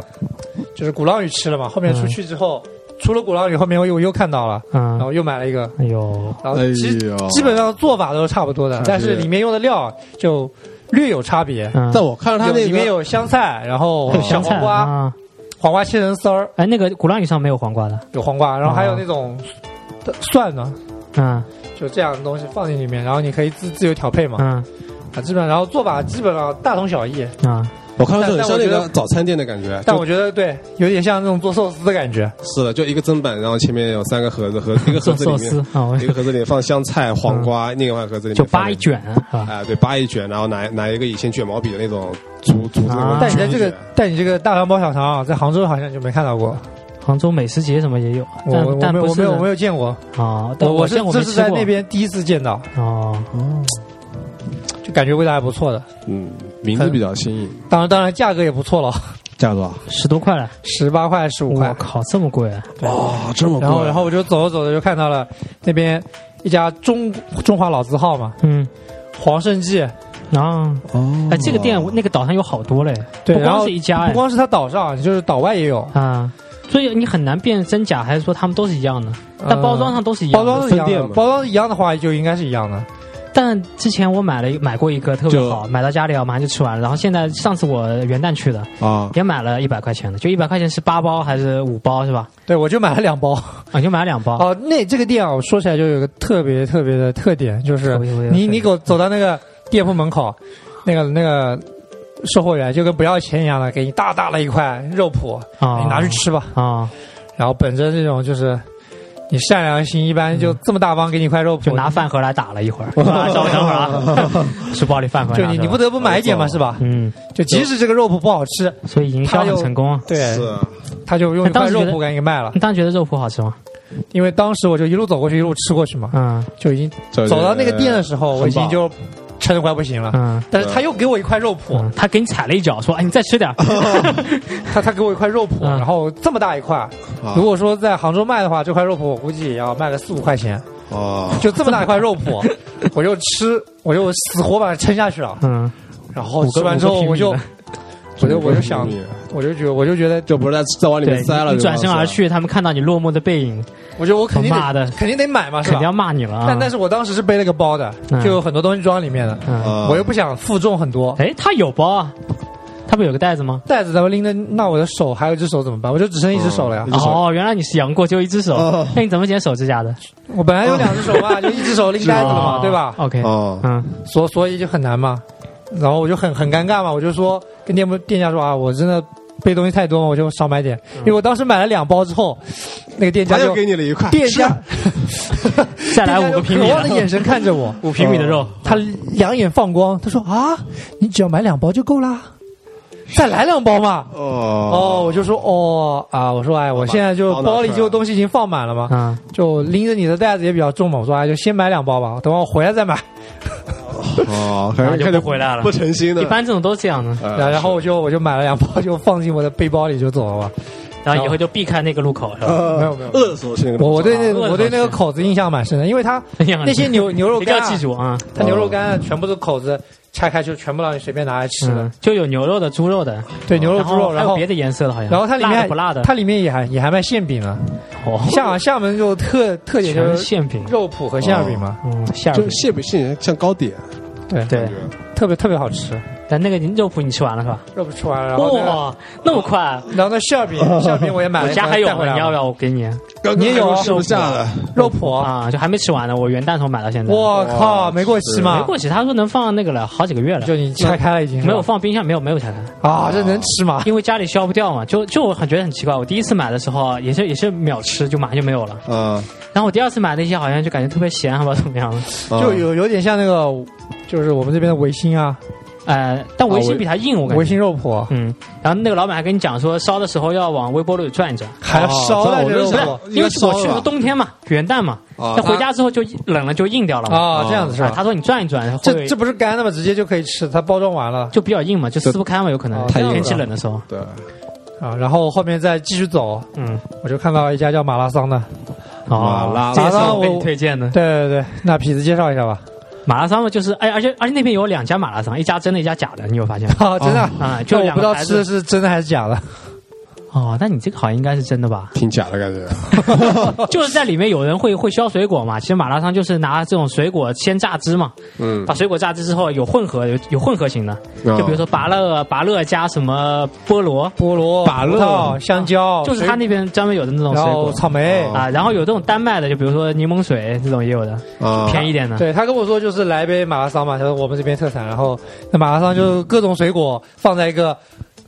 就是鼓浪屿吃了嘛，后面出去之后，除了鼓浪屿，后面我又又看到了，然嗯，后又买了一个，哎呦，然后哎其实、呦，基本上做法都是差不多的差，不多但是里面用的料就略有差别。嗯，但我看到他有那里面个，有香菜，然后还有小香菜哦黄瓜，啊，黄瓜切成丝儿，哎，那个鼓浪屿上没有黄瓜的，有黄瓜，然后还有哦那种蒜呢，嗯就这样的东西放进里面，然后你可以自自由调配嘛。嗯啊，基本然后做法基本上大同小异，啊，我看到就很但但像那我个觉得早餐店的感觉，但就我觉得对，有点像那种做寿司的感觉。啊是的，就一个砧板，然后前面有三个盒子，盒一个盒做子寿里司面，啊，我一个盒子里面放香 菜、黄瓜，另外一个盒子里面嗯就放扒一那个。卷啊是吧？哎，对，扒一卷，然后拿拿一个以前卷毛笔的那种竹竹子那啊种但你卷在一这个卷，但你这个大肠包小肠啊，在杭州好像就没看到过。杭州美食节什么也有，我但我但没有不我是没有我没有见过，啊，但我我是见过这没是吃在过那边第一次见到，哦，就感觉味道还不错的，嗯，名字比较新颖，当然当然价格也不错了，价啊多少？十多块了，十八块十五我块。靠，这么贵啊！哦，这么贵。然后然后我就走着走着就看到了那边一家中中华老字号嘛，嗯，黄胜记，啊，哦，哎，这个店那个岛上有好多嘞，对，不然光后是一家哎不，光是它岛上，就是岛外也有，啊，所以你很难辨真假，还是说他们都是一样的？但包装上都是一样呃包的。装是一样分店的，嘛包装一样的话就应该是一样的。但之前我买了一买过一个特别就好，买到家里啊，马上就吃完了。然后现在上次我元旦去的，啊，也买了一百块钱的，就一百块钱是八包还是五包是吧？对，我就买了两包。啊，就买了两包。哦，那这个店啊，我说起来就有一个特别特别的特点，就是特别特别的特你你点给我走到那个店铺门口，那个那个售货员就跟不要钱一样的，给你大大的一块肉脯，啊，哎你拿去吃吧。啊，然后本着这种就是你善良心，一般就这么大方给你一块肉脯，就拿饭盒来打了一会儿。啊稍微等会儿啊， 书包里饭盒拿就着了。你你不得不买一点嘛，是吧？嗯，就即使这个肉脯不好吃，所以营销很成功啊。对，啊，他就用一当块时肉觉得脯给你卖了你。当时觉得肉脯好吃吗？因为当时我就一路走过去，一路吃过去嘛，嗯就已经走走到那个店的时候，我已经就撑得快不行了。嗯。但是他又给啊我一块肉脯，嗯，他给你踩了一脚，说：“哎，你再吃点 儿。他他给我一块肉脯，嗯然后这么大一块。啊如果说在杭州卖的话，这块肉脯我估计也要卖个四五块钱。哦，就这么大一块肉脯，我就吃，我就死活把它撑下去了”。嗯，然后吃完之后，五个我就五个我就我就想，我就觉得我就觉得，就不是在再往里对，面塞了，你转身而去，他们看到你落寞的背影，我觉得我肯定我骂的得肯定得买嘛，是肯吧定？要骂你了啊。但但是我当时是背了个包的嗯，就有很多东西装里面的，嗯，啊，我又不想负重很多。哎，他有包啊，他不有个袋子吗？袋子咱们拎着，那我的手还有一只手怎么办？我就只剩一只手了呀嗯。一只手哦，原来你是杨过，就一只手哦。那你怎么剪手指甲的？我本来有两只手嘛，就一只手拎袋子了哦嘛，对吧？ ？OK，哦，嗯所所以就很难嘛。然后我就很很尴尬嘛，我就说跟店铺店家说啊，我真的背东西太多了，我就少买点。嗯因为我当时买了两包之后，那个店家他就又给你了一块，啊店家 再来五个平米店家就渴望的的，眼神看着我，五平米的肉，他两眼放光，他说啊，你只要买两包就够啦，再来两包嘛。哦，哦我就说哦啊，我说哎，我现在就包拿出来包里就东西已经放满了嘛，嗯，就拎着你的袋子也比较重嘛，我说哎，就先买两包吧，等会儿我回来再买。哦，然反后正就看不着回来了不。诚心的，一般这种都是这样的，哎，然后然后我就我就买了两包， 就放进我的背包里就走了嘛。然后以后就避开那个路口，啊是吧？ 没有没有饿的时候去那个，我我对那饿了我对那个是口子印象蛮深的，因为它那些牛牛肉一定干要啊记，住啊，它牛肉干啊全部都口子拆开就全部让你随便拿来吃的嗯，，就有牛肉的、猪肉的，对牛哦肉猪肉，还然有后别的颜色的，好像。然后它里面辣还的不辣的，它里面也还也还卖馅饼呢。哦，厦厦门就特特点就全是是馅饼，肉脯和馅饼嘛，嗯，馅就饼是，馅饼馅饼像糕点，对，哦对。特别特别好吃。但那个肉脯你吃完了是吧？肉脯吃完了，然后那个哇，那么快！啊然后那馅 饼馅饼我也买我了，家还有带呢，回来啊你要不了要我给你？啊刚你也有吃不下了，肉脯？啊，就还没吃完呢，我元旦从买到现在。我靠，没过期没嘛？过期，他说能放那个了，好几个月了，就你拆开了已经是吧没有放冰箱，没有没有拆开，啊？这能吃吗？ 因为家里消不掉嘛。就就我很觉得很奇怪，我第一次买的时候啊也是也是秒吃，就马上就没有了。啊，然后我第二次买那些好像就感觉特别咸，好吧怎么样？嗯就有有点像那个，就是我们这边的维新啊，呃，但维啊新维比它硬，我感维觉。新肉脯啊嗯，然后那个老板还跟你讲说，烧的时候要往微波炉里转一转，还要烧哦的这肉我不知是道脯因为我去的应该烧时候了冬天嘛，元旦嘛，啊那回家之后就冷了就硬掉了嘛。啊，这样子是哎吧？他说你转一转，会这这不是干的吗？直接就可以吃，它包装完了就比较硬嘛，就撕不开嘛，有可能哦太硬了天气冷的时候。对，啊。然后后面再继续走，嗯，我就看到一家叫马拉桑的，哦，马拉这也是桑我给我你推荐的。对对对，那痞子介绍一下吧。马拉桑嘛，就是哎，而且而且那边有两家马拉桑，一家真的，一家假的，你有发 现吗？啊，真的啊就那我两个不知道牌吃子的是真的还是假的。哦，但你这个好像应该是真的 吧？挺假的感觉，就是在里面有人会会削水果嘛，其实马拉桑就是拿这种水果先榨汁嘛，嗯，把水果榨汁之后有混合有有混合型的，哦 就就比如说芭乐芭乐加什么菠萝，菠萝、把葡乐萄、香蕉，就是水他那边专门有的那种然水后果。草莓。哦啊，然后有这种丹麦的，就比如说柠檬水这种也有的，啊便宜一点的。哦对他跟我说就是来一杯马拉桑嘛，他说我们这边特产，然后那马拉桑就各种水果放在一个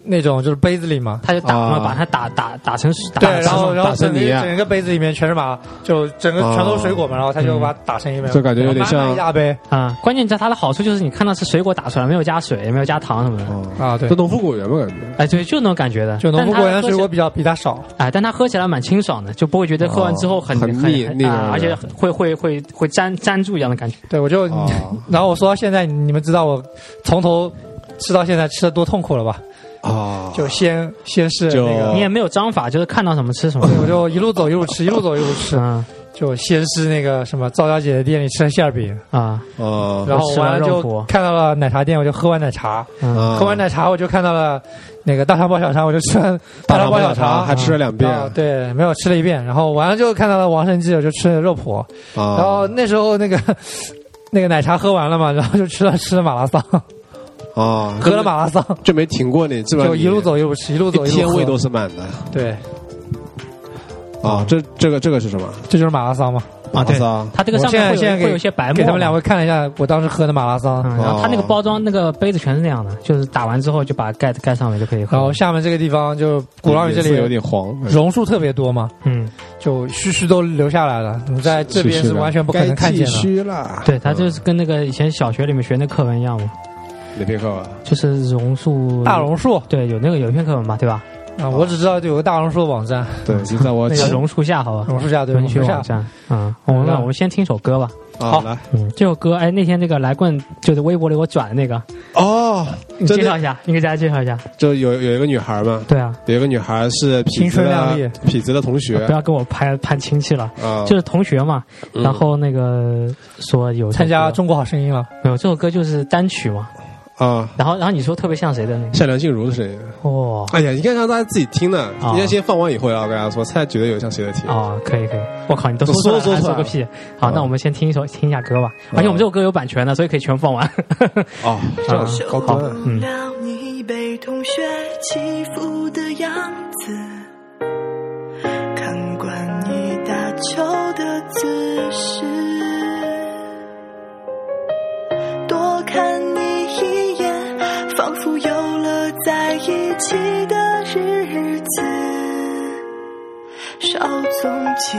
那种就是杯子里嘛，他就打嘛，啊把它打打打成打哦对，成然后打然后成整个泥啊整个杯子里面全是马，就整个哦全都是水果嘛，然后他就把它打成一杯，就感觉有点满满一像大杯啊，关键在它的好处就是你看到是水果打出来，没有加水，没有加糖什么的，哦，啊，对这，农夫果园吧，感觉。哎，对，就那种感觉的。就农夫但它果园喝起水果比较比它少，哎，但它喝起来蛮清爽的，就不会觉得喝完之后很、哦很腻很腻啊的而且会会会会粘粘住一样的感觉。对我就哦， 然后我说到现在，你们知道我从头吃到现在吃的多痛苦了吧？啊，就 先先是就那哦个你，也没有章法，就是看到什么吃什么。我就一路走一路吃，一路走一路吃，嗯就先是那个什么赵小姐的店里吃了馅儿饼，啊啊然后吃了完了肉就脯看到了奶茶店，我就喝完奶茶，嗯，啊喝完奶茶我就看到了那个大肠包小肠，我就吃完大肠肠包包小小肠还吃了两遍啊，对，没有吃了一遍，然后完了就看到了王生记，我就吃了肉脯，然后啊那时候那个那个奶茶喝完了嘛，然后就吃了吃了马拉桑，啊，喝了马拉桑，就没停过你，基本上就你一路走一路吃，一路走一一天路胃喝。都是满的对，啊。这这个这个是什么？这就是马拉桑嘛。啊对啊，它这个上我现在面会现有在给会有一些白沫嘛。给他们两位看了一下我当时喝的马拉桑，嗯，然后它那个哦包装那个杯子全是那样的，就是打完之后就把盖子盖上面就可以喝。然后下面这个地方就鼓浪屿这颜色有里点黄，榕树特别多嘛，嗯，就须须都留下来了。你在这边是是的完全不可能看见该剃的。须了。对，它就是跟那个以前小学里面学那课文一样嘛，嗯哪篇课文？就是榕树大榕树对，有那个有一篇课文嘛，对吧？啊，我只知道有个大榕树的网 站，对，就在我那叫榕树下，好吧？榕树下对榕文学树下网。站啊，我们嗯我们先听首歌吧。好好啊来嗯，这首歌，哎，那天那个来棍就是微博里我转的那个，哦，你真介的绍一下，你给大家介绍一下。就有有一个女孩嘛，对啊，有一个女孩是痞青子春靓的丽啊痞子的同学不要跟我攀攀亲戚了，啊，就是同学嘛。嗯然后那个说有参加中中国好声音了，没有这首歌就是单曲嘛。啊，然后然后你说特别像谁的那个？像梁静茹的声音。哦哎呀，应该让大家自己听的，啊应该先放完以后要跟大家说，猜觉得有像谁的题。啊哦，可以可以，我靠，你都都说出说来了还出来说个了屁！好，啊那我们先听一首听一下歌吧。而且我们这首歌有版权的，所以可以全放完。哦，这样高端啊。嗯了你被同学欺负的样子，看惯你打球的姿势，多看你一眼，仿佛有了在一起的日子，稍纵即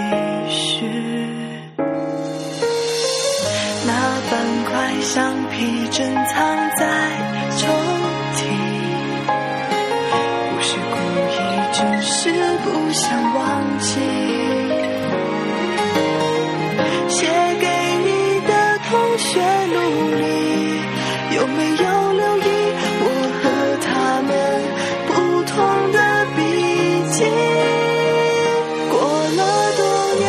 逝。那半块橡皮正藏在抽屉，不是故意，只是不想忘记。写给你的同学录里，有没有留意我和他们不同的笔记？过了多年，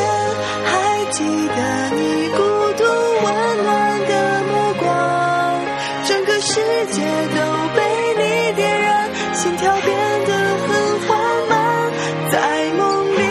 还记得你孤独温暖的目光，整个世界都被你点燃，心跳变得很缓慢，在梦里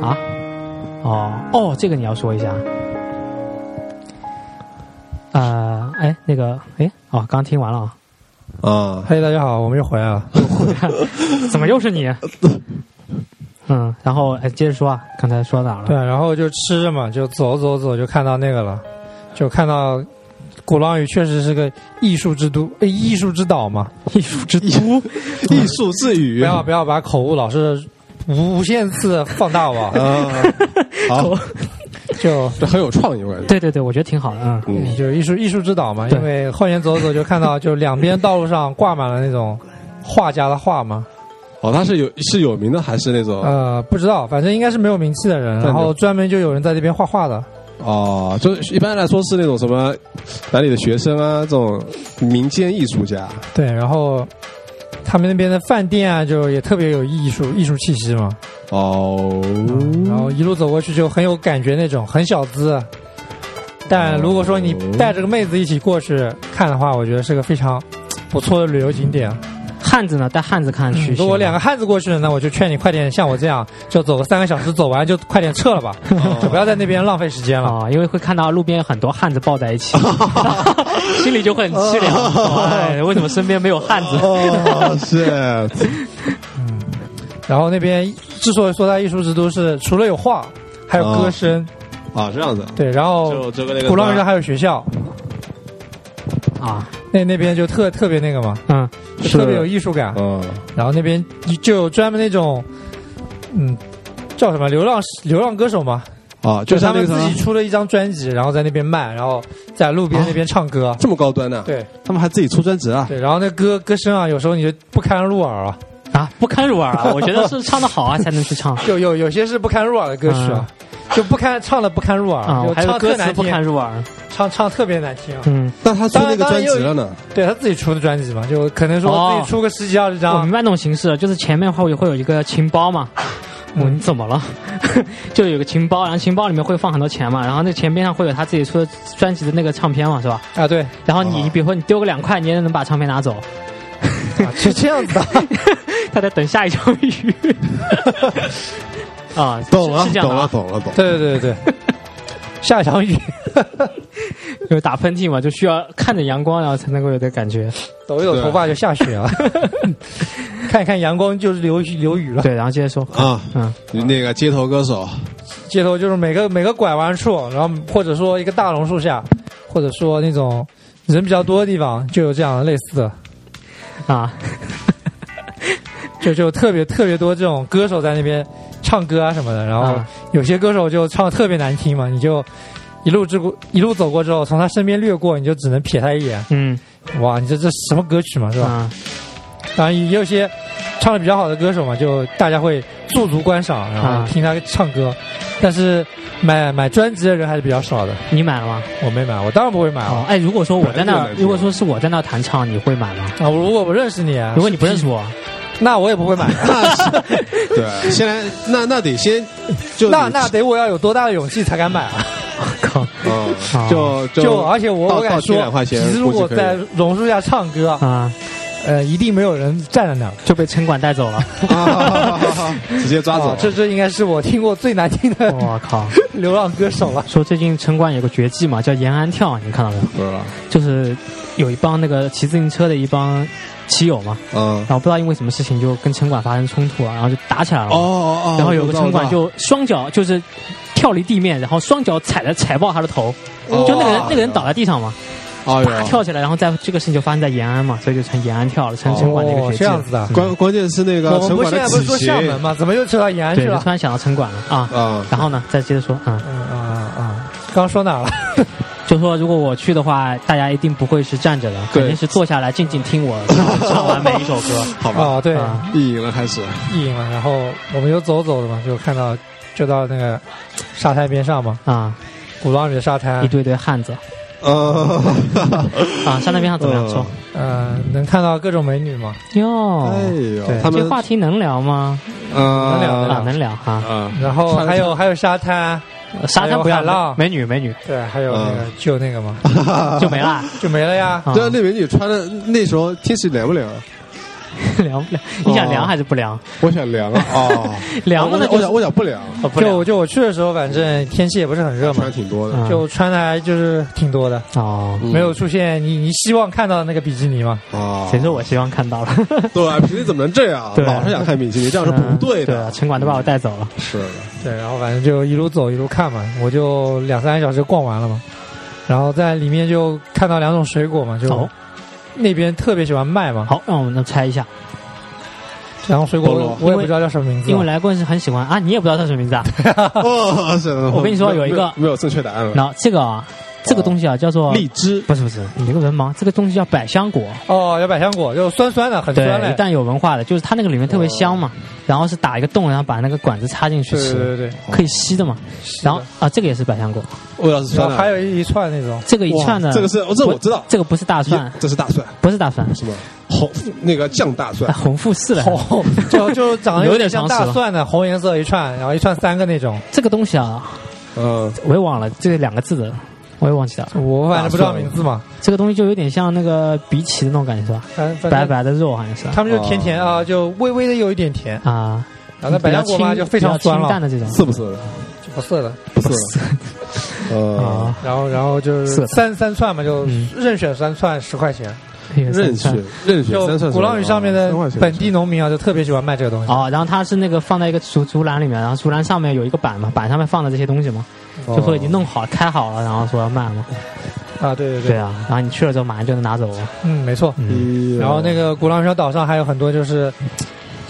啊？哦哦，这个你要说一下。啊、哎，那个，哎，哦，刚听完了啊，啊，嘿，大家好，我们又回来了。怎么又是 你？嗯，然后哎，接着说啊，刚才说到哪了？对，然后就吃着嘛，就走走走，就看到那个了，就看到鼓浪屿确实是个艺术之都，呃艺术之岛嘛。艺术之都，艺术之语，不要不要把口误老是无无限次地放大 吧，啊，好，就这很有创意，我感觉。对对对，我觉得挺好的，嗯，嗯，就是艺术艺术之岛嘛。对因为后面走走就看到，就两边道路上挂满了那种画家的画嘛。哦，他是有是有名的还是那种呃，不知道，反正应该是没有名气的人，对然后专门就有人在这边画画的。哦，就是一般来说是那种什么哪里的学生啊，这种民间艺术家对，然后他们那边的饭店啊，就也特别有艺术艺术气息嘛。哦，然后一路走过去就很有感觉那种，很小资。但如果说你哦带着个妹子一起过去看的话，我觉得是个非常不错的旅游景点。汉子呢，带汉子嗯看去。如果嗯两个汉子过去了，那我就劝你快点像我这样，就走个三个小时，走完就快点撤了 吧，哦就不要在那边浪费时间了。啊、因为会看到路边很多汉子抱在一 起，心里就会很凄凉。哎，为什么身边没有汉 子？哦，是，然后那边之所以说它艺术之都是，除了有画，还有歌声，啊，这样子，对，然后哦这个那鼓浪屿上还有学校，啊，那那边就特特别那个嘛，嗯，就特别有艺术感。嗯，然后那边就有专门那种，嗯，叫什么流浪流浪歌手嘛，啊，就就是他像那们个自什己么出了一张专辑，然后在那边卖，然后在路边那边唱歌。这么高端啊呢，哦对他们还自己出专辑啊，对，然后那歌歌声啊，有时候你就不堪入耳啊，啊，不堪入耳啊！我觉得是唱的好啊才能去 唱有有有些是不堪入耳的歌曲啊，就不堪唱的不堪入耳，啊，就还有唱歌特词难不堪听，入耳。唱唱特别难听啊。嗯，但他出那个当然当专然辑也有了呢，对他自己出的专辑嘛，就可能说哦自己出个十几二十我张明，白那种形式，就是前面会会有一个琴包嘛。我、嗯你怎么了？ 就有个琴包，然后琴包里面会放很多钱嘛，然后那钱边上会有他自己出的专辑的那个唱片嘛，是吧？啊，对，然后你、哦比如说你丢个两块，你也能把唱片拿 走。啊是这样子的。他在等下一条 鱼。啊，是懂了是，这样懂的了，啊，懂了，懂了， 对对对 对，下一场雨，因为打喷嚏嘛，就需要看着阳光，然后才能够有点感觉。抖一抖头发就下雪了， 看一看阳光就是流流雨了。对，然后接着说，啊，嗯，那个街头歌手，街头就是每个每个拐弯处，然后或者说一个大榕树下，或者说那种人比较多的地方，就有这样的类似的，啊，就就特别特别多这种歌手在那边唱歌啊什么的，然后啊有些歌手就唱的特别难听嘛，你就。一路之过，一路走过之后，从他身边掠过，你就只能瞥他一眼。嗯，哇，你这这什么歌曲嘛，是吧？啊，当然也有些唱的比较好的歌手嘛，就大家会驻足观赏，然后啊听他唱歌。但是买买专辑的人还是比较少的，你买了吗？我没买，我当然不会啊买啊了。哦，哎，如果说我在那买了儿，就买如果说是我在那儿弹唱，你会买吗？啊，我如果不认识你，啊如果你不认识 我， 那我也不会买。啊那是对，先来，那那得先就那那得我要有多大的勇气才敢买 啊？靠，嗯啊就就而且我到我敢到贴说两块，钱其实如估果计可以在榕树下唱歌，啊，呃，一定没有人站在那儿。就被城管带走 了。啊好好 好好好直接抓走哦啊，哦这这应该是我听过最难听的我靠， 流浪歌手了。说最近城管有个绝技嘛，叫延安跳，你们看到没有？不知道，就是有一帮那个骑自行车的一帮骑友嘛，嗯然，后不知道因为什么事情就跟城管发生冲突啊了，然后就打起来了嘛。哦哦哦，然后有个我知道城管就双脚就是跳离地面，然后双脚踩了踩爆他的头，哦就那个人那个人倒在地上嘛，我知道啪哎呦跳起来，然后在这个事情就发生在延安嘛，所以就成延安跳了，成城管的一个哦学这技样了。嗯子的。关关键是那个我们啊不城管现的在不是体说型厦门吗？怎么又扯到延安去对，就了突？然想到城管了啊。啊，然后呢，再接着说，嗯，嗯啊啊！刚说哪了？就说如果我去的话，大家一定不会是站着的，肯定是坐下来静静听我唱完每一首歌。 好吧，啊，对，啊意淫了开始，意淫嘛。然后我们就走走的嘛，就看到就到那个沙滩边上嘛，啊，鼓浪屿的沙滩哎一，堆堆汉子嗯，啊，山那边上怎么样说？嗯、能看到各种美女嘛。哟，哎呦，对他哦这们话题能聊吗？啊能聊啊，能聊哈。啊，然后穿得还有还有沙滩，哎沙滩不要还有海浪美女美女对，还有那个、就那个嘛，啊就没啦。 就没了呀。啊对啊，那美女穿的那时候天气凉不凉？ 凉不凉？你想凉还是不凉？我想凉 啊，哦凉我了呢想就是哦我想我想不凉，哦不就凉就我去的时候，反正天气也不是很热嘛穿，挺多的，嗯就穿的还就是挺多的，哦。嗯没有出现你你希望看到的那个比基尼嘛。啊。谁说我希望看到了？对，啊平时怎么能这样？对老是想看比基尼，这样是不 对对啊，的。城管都把我带走了。是的，对，然后反正就一路走一路看嘛，我就两三个小时逛完了嘛，然后在里面就看到两种水果哎嘛，就好那边特别喜欢卖嘛，好，让我们再猜一下，然后水菠果萝我也不知道叫什么名字因为嘛，来棍是很喜欢啊，你也不知道它什么名字啊？哦，是的。我跟你说没有一个没没有正确答案了，然后这个啊，这个东西啊叫做荔枝不是不是，你这个文盲，这个东西叫百香果。哦，有百香果，就酸酸的，很对，酸一嘞。旦有文化的，就是它那个里面特别香嘛，然后是打一个洞，然后把那个管子插进去对对吃，对对，可以吸的嘛。然后啊，这个也是百香果，味道然是酸后的。还有一串那 种，这个一串呢，哇这个是哦这我知道这个不是大蒜咦，这是大蒜，不是大蒜，什么红那个酱大蒜啊，红富士了。红，就就长得有点点常像识大了蒜的红颜色一串，然后一串三个那种， 这个东西啊，嗯，我也忘了这两个字的，我也忘记了。我反正不知道名字嘛，这个东西就有点像那个荸荠的那种感觉是吧？反正白，白的肉好像是他们就甜甜啊，就微微的有一点甜，啊，然后那哦比百较香果清嘛就非常比较酸清淡了，的这种是不是？就不涩的。不是，呃，啊，然后然后就涩是的三三串嘛，就嗯任选三串十块钱，那个任三选串任选就哦三蒜鼓浪屿上面的本地农民啊，就特别喜欢卖这个东西，哦，然后它是那个放在一个竹竹篮里面，然后竹篮上面有一个板嘛，板上面放着这些东西嘛，就哦会已经弄好、开好了，然后说要卖嘛。啊，对对对对，啊，然后你去了之后马上就能拿走了。嗯，没错。嗯，然后那个鼓浪屿小岛上还有很多就是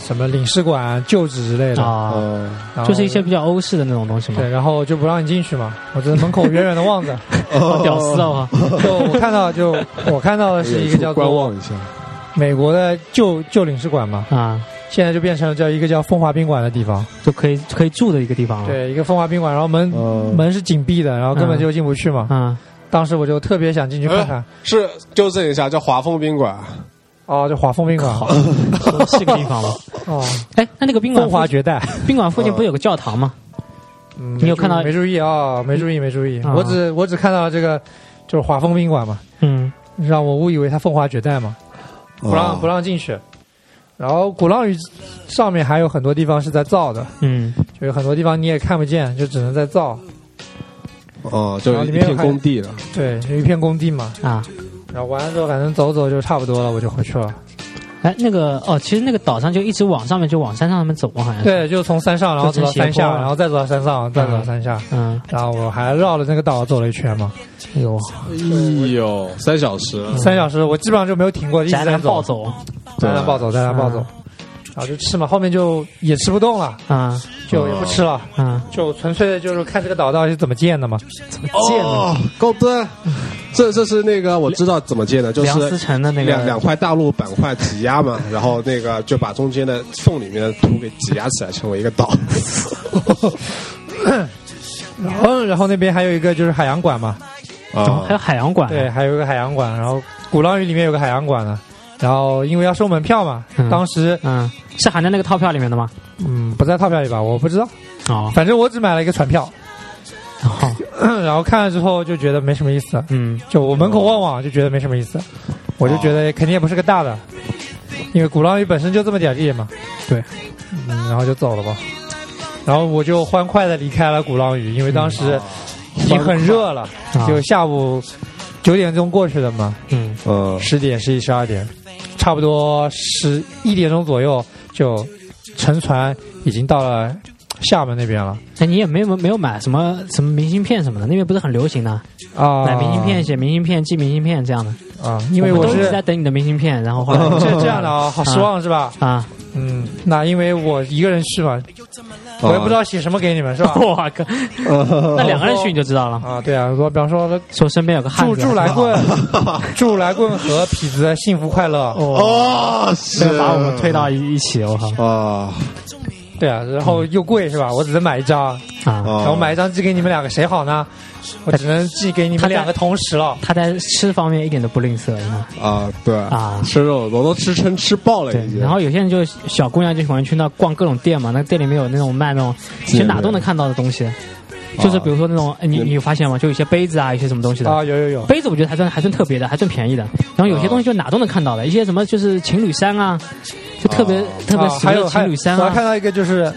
什么领事馆、旧址之类的，啊， 呃然后就是一些比较欧式的那种东西嘛对，。然后就不让你进去嘛，我在门口远远的 望着，好屌丝啊！就我看到就我看到的是一 个叫观做望一下，美国的旧旧领事馆嘛，啊，现在就变成了叫一个叫风华宾馆的地方，就可以可以住的一个地方了。，对，一个风华宾馆，然后门哦呃，门是紧闭的，然后根本就进不去嘛。啊，当时我就特别想进去看嗯看，是纠正一下，叫华丰宾馆，哦，就华丰宾馆，是个地方了。哦， 哎，那那个宾馆风华附绝代。宾馆附近不是有个教堂吗？嗯你有看到没注意啊？没注意，没注意。啊我只我只看到这个就是华丰宾馆嘛，嗯，让我误以为它风华绝代嘛，哦不让不让，让进去。然后鼓浪屿上面还有很多地方是在造的，嗯，就有很多地方你也看不见，就只能在造。哦，就是一片工地了，对，有一片工地嘛。啊，然后完了之后，反正走走就差不多了，我就回去了。哎，那个哦，其实那个岛上就一直往上面，就往山上面走嘛，好像是。对，就从山上，然后走到嗯山就成斜坡下，了然后再走到山上，再走到山下。嗯，然后我还绕了那个岛走了一圈嘛，哎呦，哎呦，三小时，三小时我基本上就没有停过，一嗯直宅在男暴走，走嗯在那暴走，在那暴走，然后就吃嘛，后面就也吃不动了，啊就也不吃了，啊！就纯粹的就是看这个岛到底是怎么建的嘛。建的哦，高端，这这是那个我知道怎么建的，就梁是思成的那两个两块大陆板块挤压嘛， 然后那个就把中间的缝里面的土给挤压起来，成为一个岛。 然后然后那边还有一个就是海洋馆嘛，哦，啊还有海洋馆，对，还有一个海洋馆，然后鼓浪屿里面有个海洋馆呢。然后因为要收门票嘛，嗯当时嗯，是含在那个套票里面的吗？嗯不在套票里吧，我不知道，哦，反正我只买了一个船票， 哦，然后看了之后就觉得没什么意思，嗯，就我门口望望就觉得没什么意思，我就觉哦得肯定也不是个大的，因为鼓浪屿本身就这么点地嘛。对，嗯，然后就走了吧。然后我就欢快的离开了鼓浪屿，因为当时已经很热了，嗯啊就下午九点钟过去的嘛，嗯，嗯，十点、十一、十二点，差不多十一点钟左右就乘船已经到了厦门那边了哎，你也没有没有买什么什么明信片什么的，那边不是很流行的，啊。买明信片、写明信片、寄明信片这样的。啊，因为我我们都一是直在等你的明信片，然后后是来 这样的啊，好失望是吧？ 啊，嗯，那因为我一个人去嘛，我也不知道写什么给你 们 是吧？哦我靠，那两个人去你就知道了。啊，对啊，我比方说说身边有个汉祝子，祝来棍，祝来棍和痞子幸福快乐。哦，哦，是这个把我们推到一一起，我靠哦啊对啊，然后又贵是吧？我只能买一张，哦啊！然后买一张寄给你们两个，谁好呢？我只能寄给你们两个同时了。他在吃方面一点都不吝啬，你看。啊，对啊吃肉我都吃撑吃爆了对已，经。然后有些人就小姑娘就喜欢去那逛各种店嘛，那店里面有那种卖那种，其实哪都能看到的东西，就是比如说那种，哎你你有发现吗？就有些杯子啊，有些什么东西的。啊啊，有有有，杯子我觉得还算还算特别的，还算便宜的。然后有些东啊西就哪都能看到的，一些什么就是情侣衫啊，就特别、哦特别啊时还髦的有还情有侣衫我还看啊。到一个就是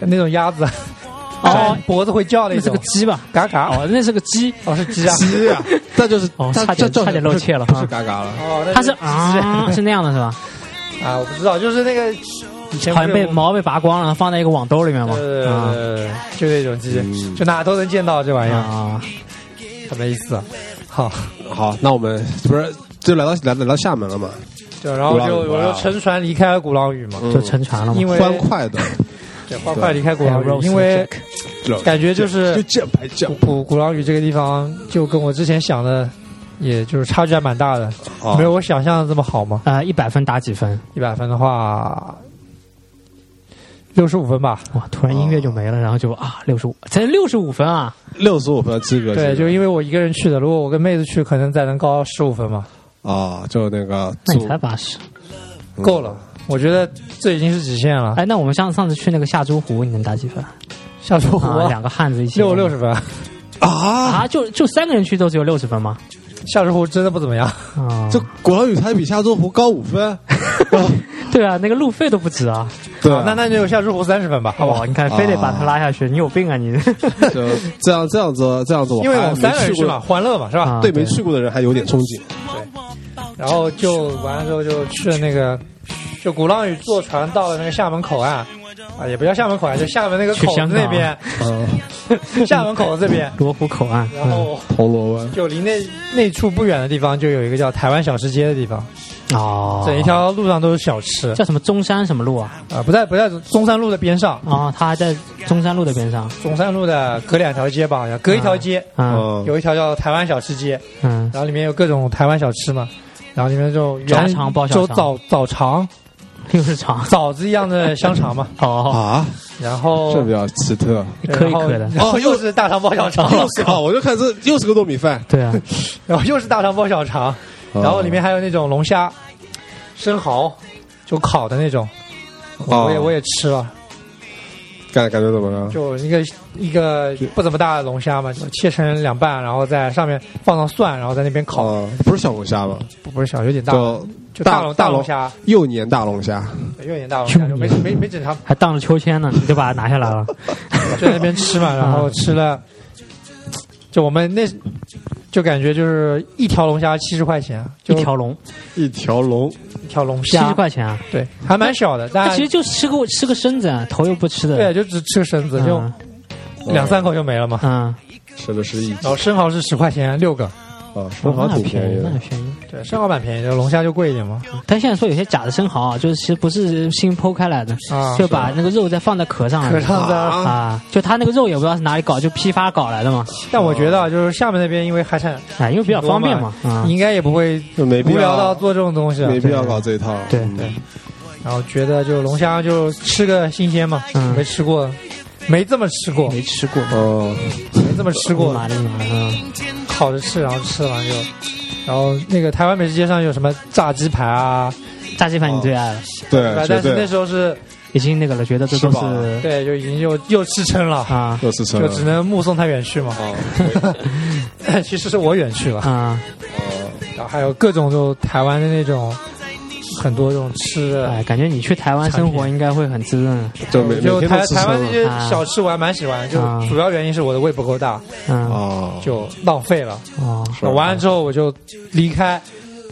那种鸭子， 哦，脖子会叫那那是种个，鸡吧？嘎嘎，哦，那是个鸡，哦是鸡啊，鸡啊，那就是哦它差点这这差点不是露怯了不是啊嘎嘎了。哦，那它是鸡啊，是那样的是吧？啊，我不知道，就是那个以前好像不是被有毛被拔光了，然后放在一个网兜里面嘛。啊呃，就那种鸡，嗯就哪都能见到这玩意儿，啊，很没意思。好，好，那我们不是就来到来来到厦门了嘛？就然后就鼓浪屿我就乘船离开了鼓浪屿嘛，就沉船了嘛因。为欢快的，对欢快离开鼓 Air 浪 Rose 屿，因为 Jack 感觉就是就这拍这鼓鼓鼓浪屿这个地方，就跟我之前想的，也就是差距还蛮大的，没有我想象的这么好嘛。呃一百分打几分？一百分的话，六十五分吧。哇，突然音乐就没了，然后就啊六十五才六十五分啊！六十五分的资格，对，就啊因为我一个人去的，如果我跟妹子去，可能再能高十五分嘛，，哦就那个那你组才八十。够了。我觉得这已经是极限了。哎，那我们上上次去那个夏珠湖，你能打几分？啊下周湖啊，两个汉子一起六六十分，啊，啊，就就三个人去都只有六十分吗？下周湖真的不怎么样。啊，这鼓浪屿才比夏州湖高五分，哦对啊，那个路费都不止啊！对啊，那那就下周湖三十分吧，好不好哇，？你看，非得把他拉下去，你有病啊 你！就这样这样子这样子，因为我还们三没个人去去嘛，过，欢乐嘛，是吧？啊对没去过的人还有点憧憬。然后就完了之后就去了那个，就鼓浪屿坐船到了那个厦门口岸，啊，也不叫厦门口岸，就厦门那个去口子香港那边， 嗯，厦门口子这边，罗湖口岸，然后铜锣湾就离那那处不远的地方就有一个叫台湾小吃街的地方，嗯哦，整一条路上都是小吃啊、叫什么中山什么路啊？不在不在中山路的边上，哦，他还在中山路的边上，中山路的隔两条街吧，好像隔一条街。嗯嗯，有一条叫台湾小吃街，嗯，然后里面有各种台湾小吃嘛，然后里面就炸原肠包小就肠早早肠又是 长枣子一样的香肠嘛，哦，啊，然后这比较奇特。一颗一颗的，然后又是哦大肠包 小 肠，又是啊，我就看这又是个糯米饭，对啊，然后又是大肠包小肠，哦然后里面还有那种龙虾、生蚝，就烤的那种，哦我也我也吃了，感感觉怎么样？就一个一个不怎么大的龙虾嘛，就切成两半，然后在上面放上蒜，然后在那边烤，嗯不是小龙虾吧？不不是小，有点大，就就大大龙大龙龙虾，幼年大龙虾，对有点大龙虾，就没没没整它，还荡着秋千呢，你就把它拿下来了。 就在那边吃嘛，然后吃了，就我们那。就感觉就是一条龙虾七十块 钱，啊一就条龙一条龙，一条龙七虾十块钱啊，对，还蛮小的，但那其实就吃个吃个身子啊，头又不吃的。哎对，就只吃个身子，就嗯两三口就没了嘛。嗯，吃的是一然后生蚝是十块钱六个，啊，生蚝那挺便便宜宜，的那。便宜。对，生蚝蛮便宜的，龙虾就贵一点嘛。但现在说有些假的生蚝啊，就是其实不是新剖开来的，啊就把那个肉再放在壳上来可的上的，啊啊，就他那个肉也不知道是哪里搞，就批发搞来的嘛，但我觉得啊就是厦门那边因为海产啊，因为比较方便嘛，啊你，应该也不会就没必无聊到要，做这种东西，啊没必要搞这一套。对嗯对。然后觉得就龙虾就吃个新鲜嘛，嗯没吃过，没这么吃过，没吃过，哦，没这么吃过，麻的麻的，嗯烤着吃，然后吃完就，然后那个台湾美食街上有什么炸鸡排啊，炸鸡排你最爱了，对，呃绝但是那对时候是已经那个了，觉得这都吃饱了是对，就已经又又吃撑了。啊又是成就只能目送他远去嘛。哦 其实是我远去嗯了，啊，然后还有各种就台湾的那种很多这种吃的，哎，感觉你去台湾生活应该会很滋润，就每每就天台都吃嗯台湾那撑些小吃我还蛮喜欢，就啊主要原因是我的胃不够大，嗯哦，就浪费了。哦，是吧完了之后我就离开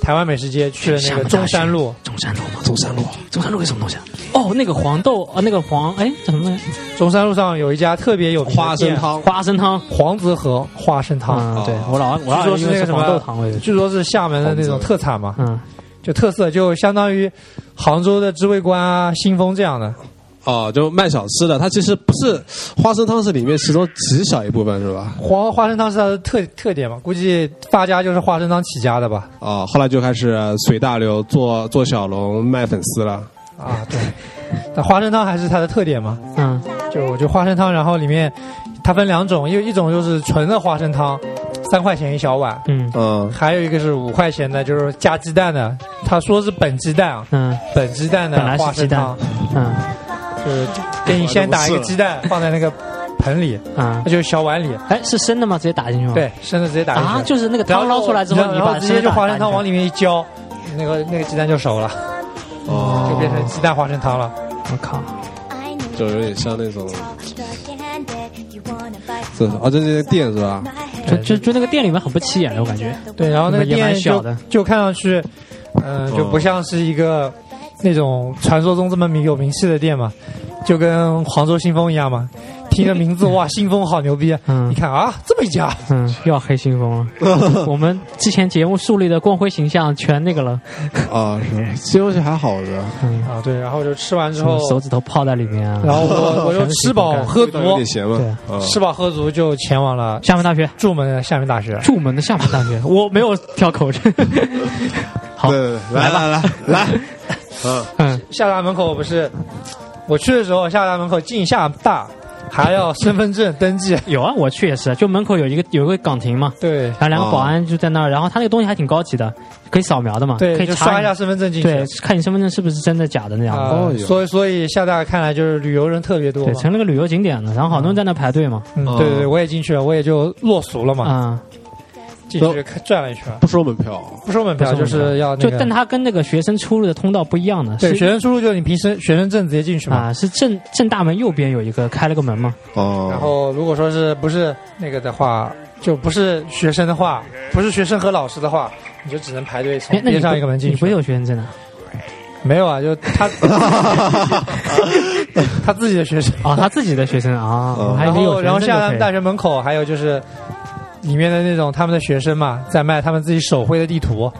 台湾美食街，去了那个中山路，中山路嘛，中山路，中山路有什么东西啊？哦，那个黄豆，呃，那个黄，哎，叫什么来着？中山路上有一家特别有名的花生店汤花生汤。黄子和花生汤，嗯，对哦我老我据老说是因是那为是个什么黄豆汤为的，据说是厦门的那种黄子特产嘛，嗯，就特色就相当于杭州的知味观啊、新丰这样的。哦，就卖小吃的，它其实不是花生汤是里面其中极小一部分是吧？黄花生汤是它的特特点嘛，估计发家就是花生汤起家的吧？哦，后来就开始随大流做做小龙卖粉丝了。 啊，对，那花生汤还是它的特点嘛，嗯，就就花生汤，然后里面它分两种，一一种就是纯的花生汤，三块钱一小碗，嗯嗯，还有一个是五块钱的，就是加鸡蛋的，他说是本鸡蛋啊，嗯本鸡蛋的本来是花生汤，嗯，就是给你先打一个鸡蛋放在那个盆 里，啊，就是小碗里，哎，是生的吗？直接打进去吗？对，生的直接打进去。啊，就是那个然后汤捞出来之后，然你然后把直接就花生汤往里里面一浇，那个那个鸡蛋就熟了，哦就变成鸡蛋花生汤了。我靠，就有点像那种，这是哦，这是店是吧？就就就那个店里面很不起眼的，我感 觉。对，然后那个也蛮店小就的就看上去，嗯、就不像是一个那种传说中这么名有名气的店嘛，就跟杭州新风一样嘛。听着 名字哇，新风好牛逼！嗯你看啊，这么一家，嗯，又要黑新风 了。我们之前节目树立的光辉形象全那个了，啊，是西游记还好着，嗯，啊，对，然后就吃完之什么后，手指头泡在里面啊。然后 我我就吃饱喝足味道，有点咸嘛对，啊吃饱喝足就前往了厦门大学，著名的厦门大学。住门的厦门大学， 我没有挑口音。好，对对，对来来来来，嗯，嗯，厦大门口不是，我去的时候厦大门口进厦大还要身份证 登记，有啊，我去也是，就门口有一个有一个岗亭嘛，对然后两个保安就在那儿，然后他那个东西还挺高级的，可以扫描的嘛，可嗯对，以就查刷一你下身份证进去。对，看你身份证是不是真的假的那样子。啊、哦有所以所以厦大看来就是旅游人特别多对，嘛。成了个旅游景点了，然后好多人在那排队嘛，嗯，哦对对对，我也进去了，我也就落俗了嘛，啊，进去看转了一圈，不收门票，不收门票，不收门就票是要那就个。但它跟那个学生出入的通道不一样的，对，是学生出入就是你凭身学生证直接进去嘛。啊，是正正大门右边有一个开了个门嘛，哦，然后如果说是不是那个的话，就不是学生的话，不是学生和老师的话，你就只能排队从哎，那你边不上一个门进你不去。会有学生证的没有啊，就 他 他自己的学生。哦，他自己的学生啊，嗯我还以然为有后，学哦然后生证厦就可南以大学门口还有就是里面的那种他们的学生嘛，在卖他们自己手绘的地图，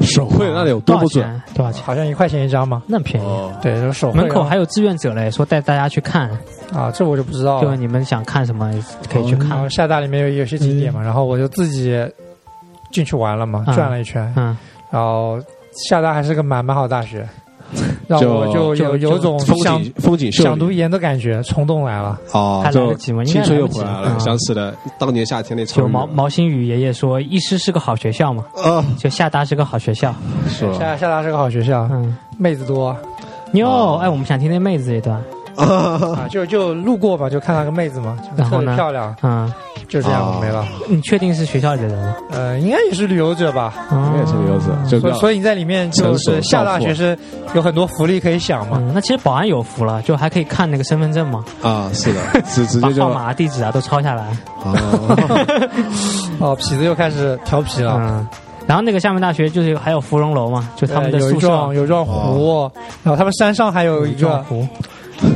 手绘那里有多多少不准？钱？多少钱？好像一块钱一张嘛。那么便宜。哦，对，就是手绘。门口还有志愿者嘞，说带大家去看，啊，这我就不知道就是了。嗯你们想看什么可以去然看后。厦大里面有有些景点嘛，然后我就自己进去玩了嘛，嗯转了一圈。嗯，然后厦大还是个蛮蛮好大 学，让我就就有有种风想景风景秀想读丽研的感觉，冲动来了。哦还，来就得及吗？应该青春来又不回及来了，啊嗯想起了当年夏天那场就雨毛毛新宇爷爷说，医师是个好学校嘛，啊，就厦大是个好学校。是啊厦吧？大厦大是个好学校，嗯，妹子多哟，哦哎，我们想听那妹子这一段。啊，就就路过吧，就看到个妹子嘛，就然后特呢别漂亮，嗯，就这样哦没了。你确定是学校里的人吗？呃，应该也是旅游者吧，应应该是留子，就所以所以以你在里面就成熟是厦大少妇学生有很多福利可以享嘛。嗯，那其实保安有福了，就还可以看那个身份证嘛，啊，是的，直直把接就号码、啊、地址啊都抄下来。啊， 哦，痞子又开始调皮了。呃嗯，然后那个厦门大学就是还有芙蓉楼嘛，就他们的哎对有一宿舍哦幢。有一幢湖，然后他们山上还有一个湖，啊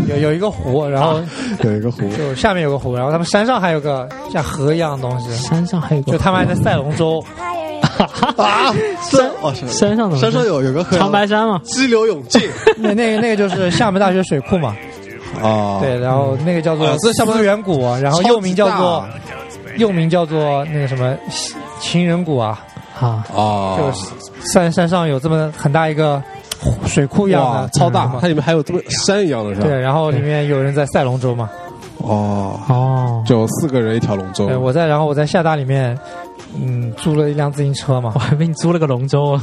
有有一个湖，然后有一 个湖，就下面有个湖，然后他们山上还有个像河一样的东西，山上还有就个他们还在赛龙舟，啊，山哦， 山上怎么山上有有个河长白山嘛，激流勇 进那那个那个就是厦门大学水库嘛，啊，对，然后那个叫做啊这厦门思源谷，然后又名叫做超级啊又名叫做那个什么情人谷啊，啊，啊，就是山山上有这么很大一个湖水库一样哇的，超 嗯大，它里面还有这么山一样的是吧？对，然后里面有人在赛龙舟嘛，哦，哦，就四个人一条龙舟对，，我在然后我在厦大里面，嗯，租了一辆自行车嘛我。还为你租了个龙舟。哦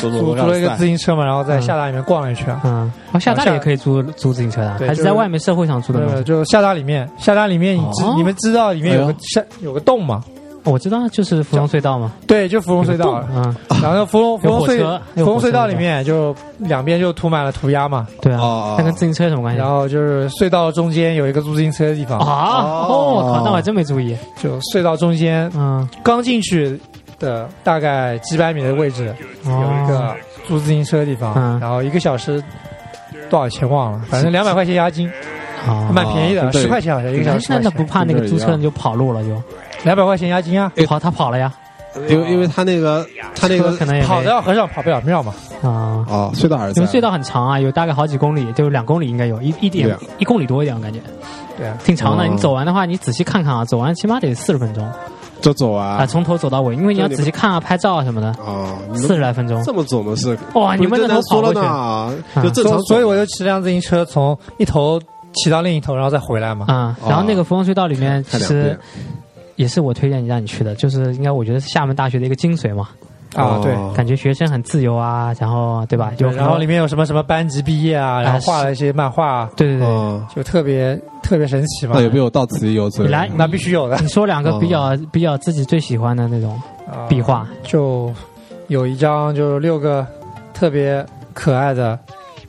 租租了一个自己，行车嘛，然后嗯在厦大里面逛了一圈。嗯，哦，厦大也可以租租自行车的，啊对还是就是在外面社会上租的对，吗？就厦大里面，厦大里面你知、哦你们知道里面有哎个呦山、有个洞嘛？哦我知道，就是芙蓉隧道嘛，对，就芙蓉隧道。啊嗯，然后芙蓉芙有蓉火隧车芙有蓉火车隧道那里种面就两边就涂满了涂鸦嘛，对哦啊，那跟自行车有什么关系然？后就是隧道中间有一个租自行车的地方，啊，哦，我靠，那我还真没注意。就隧道中间嗯，刚进去的大概几百米的位置有一哦，个租自行车的地方，嗯然后一个小时多少钱忘了，反正两百块钱押金，好蛮便宜的，哦对十块钱好像一个小时。哎那那不怕那个租车人就跑路了，就两百块钱押金啊？跑他跑了呀，因为因为他那个他那车个可能也没跑得哦了和尚跑不了庙嘛。啊。啊，隧道还是你在们隧道很长啊，有大概好几公里，就两公里应该有一一点对啊一公里多一点，我感觉对啊，挺长的。哦你走完的话，你仔细看看啊，走完起码得四十分钟就走啊，啊从头走到尾，因为你要这里仔细看啊、拍照啊什么的，啊，你四们十来分钟。这么走的是哇，你们不是那头刚跑才过说啊了去啊呢，就正常所走，所以我就骑辆自行车从一头骑到另一头，然后再回来嘛。啊、哦然后那个芙蓉隧道里面其看两实遍也是我推荐你让你去的，就是应该我觉得是厦门大学的一个精髓嘛，啊，对。哦感觉学生很自由啊，然后对吧？有对很多然后里面有什么什么班级毕业啊，然后画了一些漫画，对对对，哦，就特别特别神奇嘛啊那。有没有到此一游之类的？来那必须有的你说两个比较、哦比较自己最喜欢的那种壁，啊画，就有一张就是六个特别可爱的，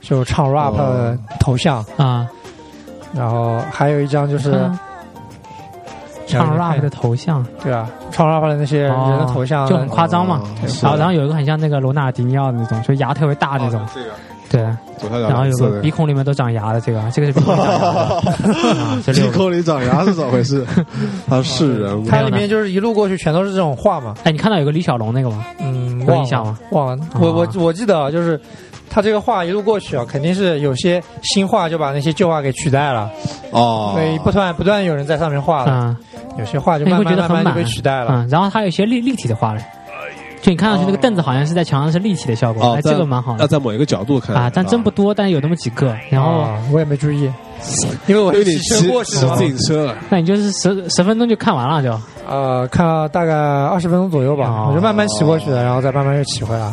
就哦唱 rap 的头像，啊，然后还有一张就是嗯唱 rap 的头像，对啊，唱 rap 的那些人的头像哦就很夸张嘛。哦然后然后有一个很像那个罗纳尔迪尼奥的那种，就牙特别大那种，哦这个对。左下角然后有蓝色个的 鼻孔里 面都长牙的，这个这个是鼻孔里长牙的，啊这鼻六个。孔里长牙是咋 回事？他是人吗？它里面就是一路过去全都是这种画嘛，哎，你看到有个李小龙那个吗？嗯，有忘印象了吗忘了，啊我我我记得啊就是他这个画一路过去啊，肯定是有些新画就把那些旧画给取代了，啊哦，所以不断不断有人在上面啊画了，嗯有些画就那你会慢觉慢得慢很慢就满被取代了。哦嗯，然后它有一些立立体的画了，就你看上去那个凳子好像是在墙上是立体的效果，哦哎，在这个蛮好要的在某一个角度看啊，但真不多，但有那么几个。然后，啊我也没 注意，因为我是有点骑骑车过去骑的嘛自。行车了。那你就是十十分钟就看完了就。呃，看了大概二十分钟左右吧，哦我就慢慢骑过去的，然后再慢慢又骑回来，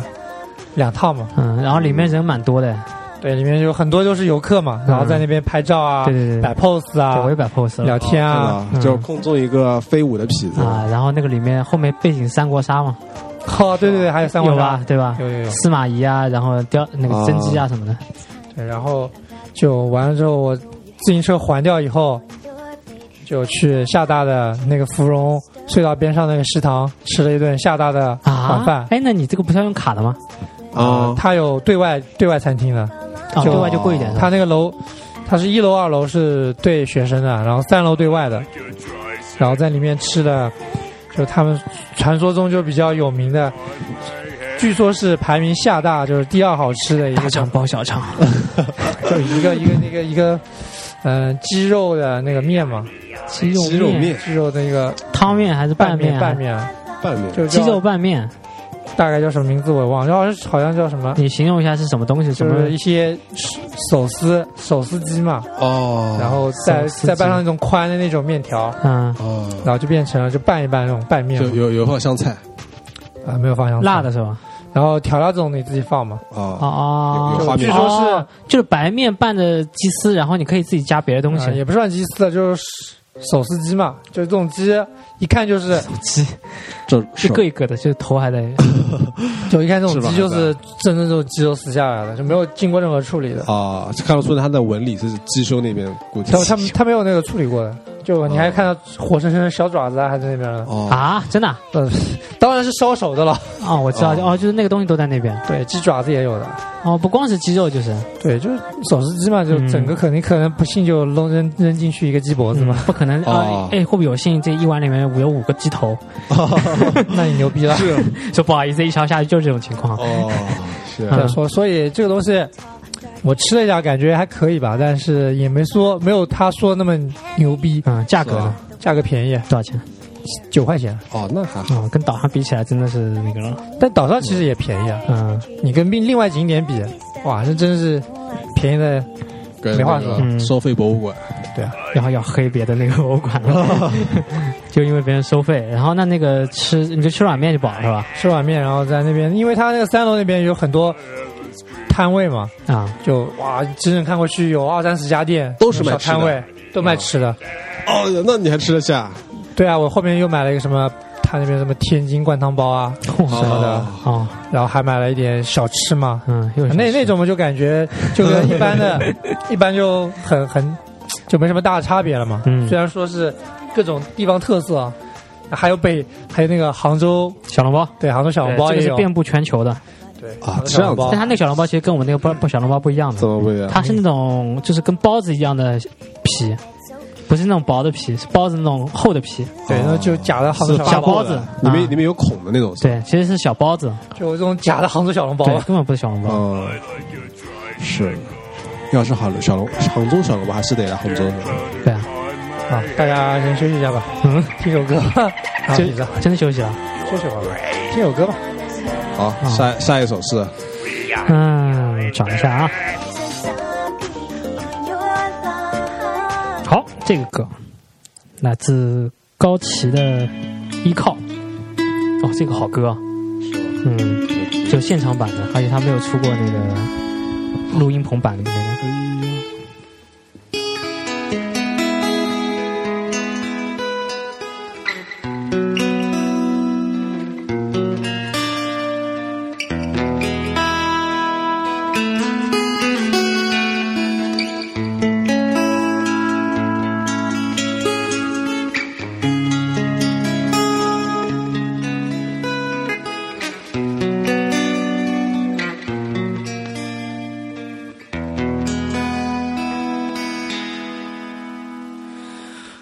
两趟嘛。嗯，然后里面人蛮多的，对，里面有很多都是游客嘛，然后在那边拍照啊，对对对摆 pose 对我啊也，摆 pose 了聊天啊，哦嗯就空中一个飞舞的痞子，啊。然后那个里面后面背景三国杀嘛，哦，对对对，还有三国有杀吧，，对吧？有有哦有。司马懿啊，然后雕那个甄姬啊什么的，对，然后就完了之后，我自行车还掉以后，就去厦大的那个芙蓉隧道边上那个食堂吃了一顿厦大的啊晚饭。哎，那你这个不是要用卡的吗？啊，啊它有对外对外餐厅的，啊，就对外就贵一点是它吧？那个楼，它是一楼、二楼是对学生的，然后三楼对外的，然后在里面吃的，就他们传说中就比较有名的，据说是排名厦大就是第二好吃的一大个呃肠包小肠，就一个一个那个一个，呃，鸡肉的那个面嘛，鸡鸡肉肉面、面、鸡肉的那个汤面还是拌拌面啊？拌面啊，拌面，就鸡叫肉拌面，大概叫什么名字我也忘了，好像好像叫什么，你形容一下是什么东西？什就么是一些手撕手撕鸡嘛，哦，然后再手撕鸡再拌上那种宽的那种面条，嗯，哦，然后就变成了就拌一拌那种拌面就嘛，有有放香菜啊，没有放香菜辣，的是吧？然后调料这种你自己放嘛，啊，哦哦，有有画面据说是哦就是白面拌的鸡丝，然后你可以自己加别的东啊西。也不算鸡丝了，就是手撕鸡嘛，就是这种鸡一看就是鸡这一个一个的，就是头还在。 就一看这种是吧鸡就是真正这种鸡肉撕下来的，就没有经过任何处理的。啊，看得出他的纹理是鸡胸那边估计他他们他没有那个处理过的，就你还看到活生生的小爪子啊，还在那边呢。哦啊，真的啊呃， 当然是烧手的了。哦，我知道，哦哦，就是那个东西都在那边。对，鸡爪子也有的。哦，不光是鸡肉，就是对，就是手撕鸡嘛，就嗯整个肯定可能不幸就扔扔扔进去一个鸡脖子嘛，嗯不可能哦啊！哎，会不会有幸这一碗里面有五个鸡头？ 那你牛逼了。是说不好意思，一勺下去就是这种情况。哦是嗯对，所所以这个东西我吃了一下，感觉还可以吧，但是也没说没有他说那么牛逼，嗯，价格是呢吧价格便宜，啊多少钱？九块钱。哦那还好哦，跟岛上比起来真的是那个了。但岛上其实也便宜啊，嗯你跟另另外景点比，哇，这真是便宜的。跟没话那个说嗯收费博物馆对啊，然后要黑别的那个博物馆 了，就因为别人收费。然后那那个吃你就吃软面就饱了是吧？吃碗面，然后在那边，因为他那个三楼那边有很多摊位嘛，啊，就哇，整整看过去有二三十家店，都是卖小吃的摊位，都卖吃的。哦那你还吃得下对啊，我后面又买了一个什么，他那边什么天津灌汤包啊，哇么的哦哦，然后还买了一点小吃嘛。嗯，又是那小吃那种我就感觉就跟一般的，一般就很很就没什么大的差别了嘛。嗯虽然说是各种地方特色，啊还有北还有那个杭州，小笼包，对杭州小笼包对这也个是有，遍布全球的。对啊杭州小笼包但它那个小笼包其实跟我们那个包包小笼包不一样怎的，么不一样它是那种就是跟包子一样的皮，不是那种薄的皮，是包子那种厚的皮，对，然后就假的杭州是小小笼包包的子，里面啊里面有孔的那种是吧对，其实是小包子，就这种假的杭州小笼包。对，根本不是小笼包。嗯是要是好小笼杭州小笼包还是得来杭州的对啊，啊，大家先休息一下吧，嗯，听 首歌，啊，真你的真的休息了。休息会儿吧，听首歌吧。好下下一首是嗯，找一下啊。好，这个歌来自高旗的《依靠》。哦，这个好歌啊！嗯，就现场版的，而且他没有出过那个录音棚版的那个。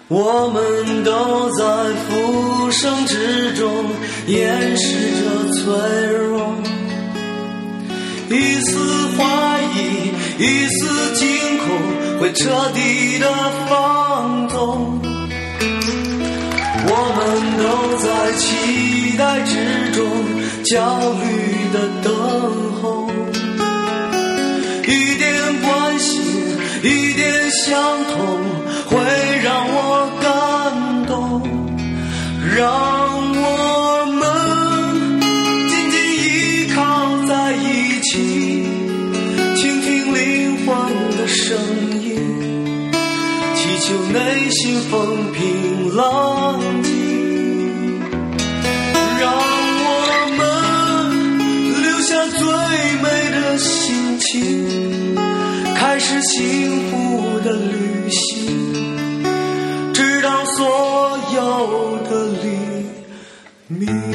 我们都在浮生之中掩饰着脆弱，一丝怀疑，一丝惊恐，会彻底的放纵。我们都在期待之中焦虑的等候。一点关心，一点相同，会让我感动，让我们紧紧依靠在一起，倾听灵魂的声音，祈求内心风平浪静。让我们留下最美的心情，开始幸福的旅行，直到所有的黎明。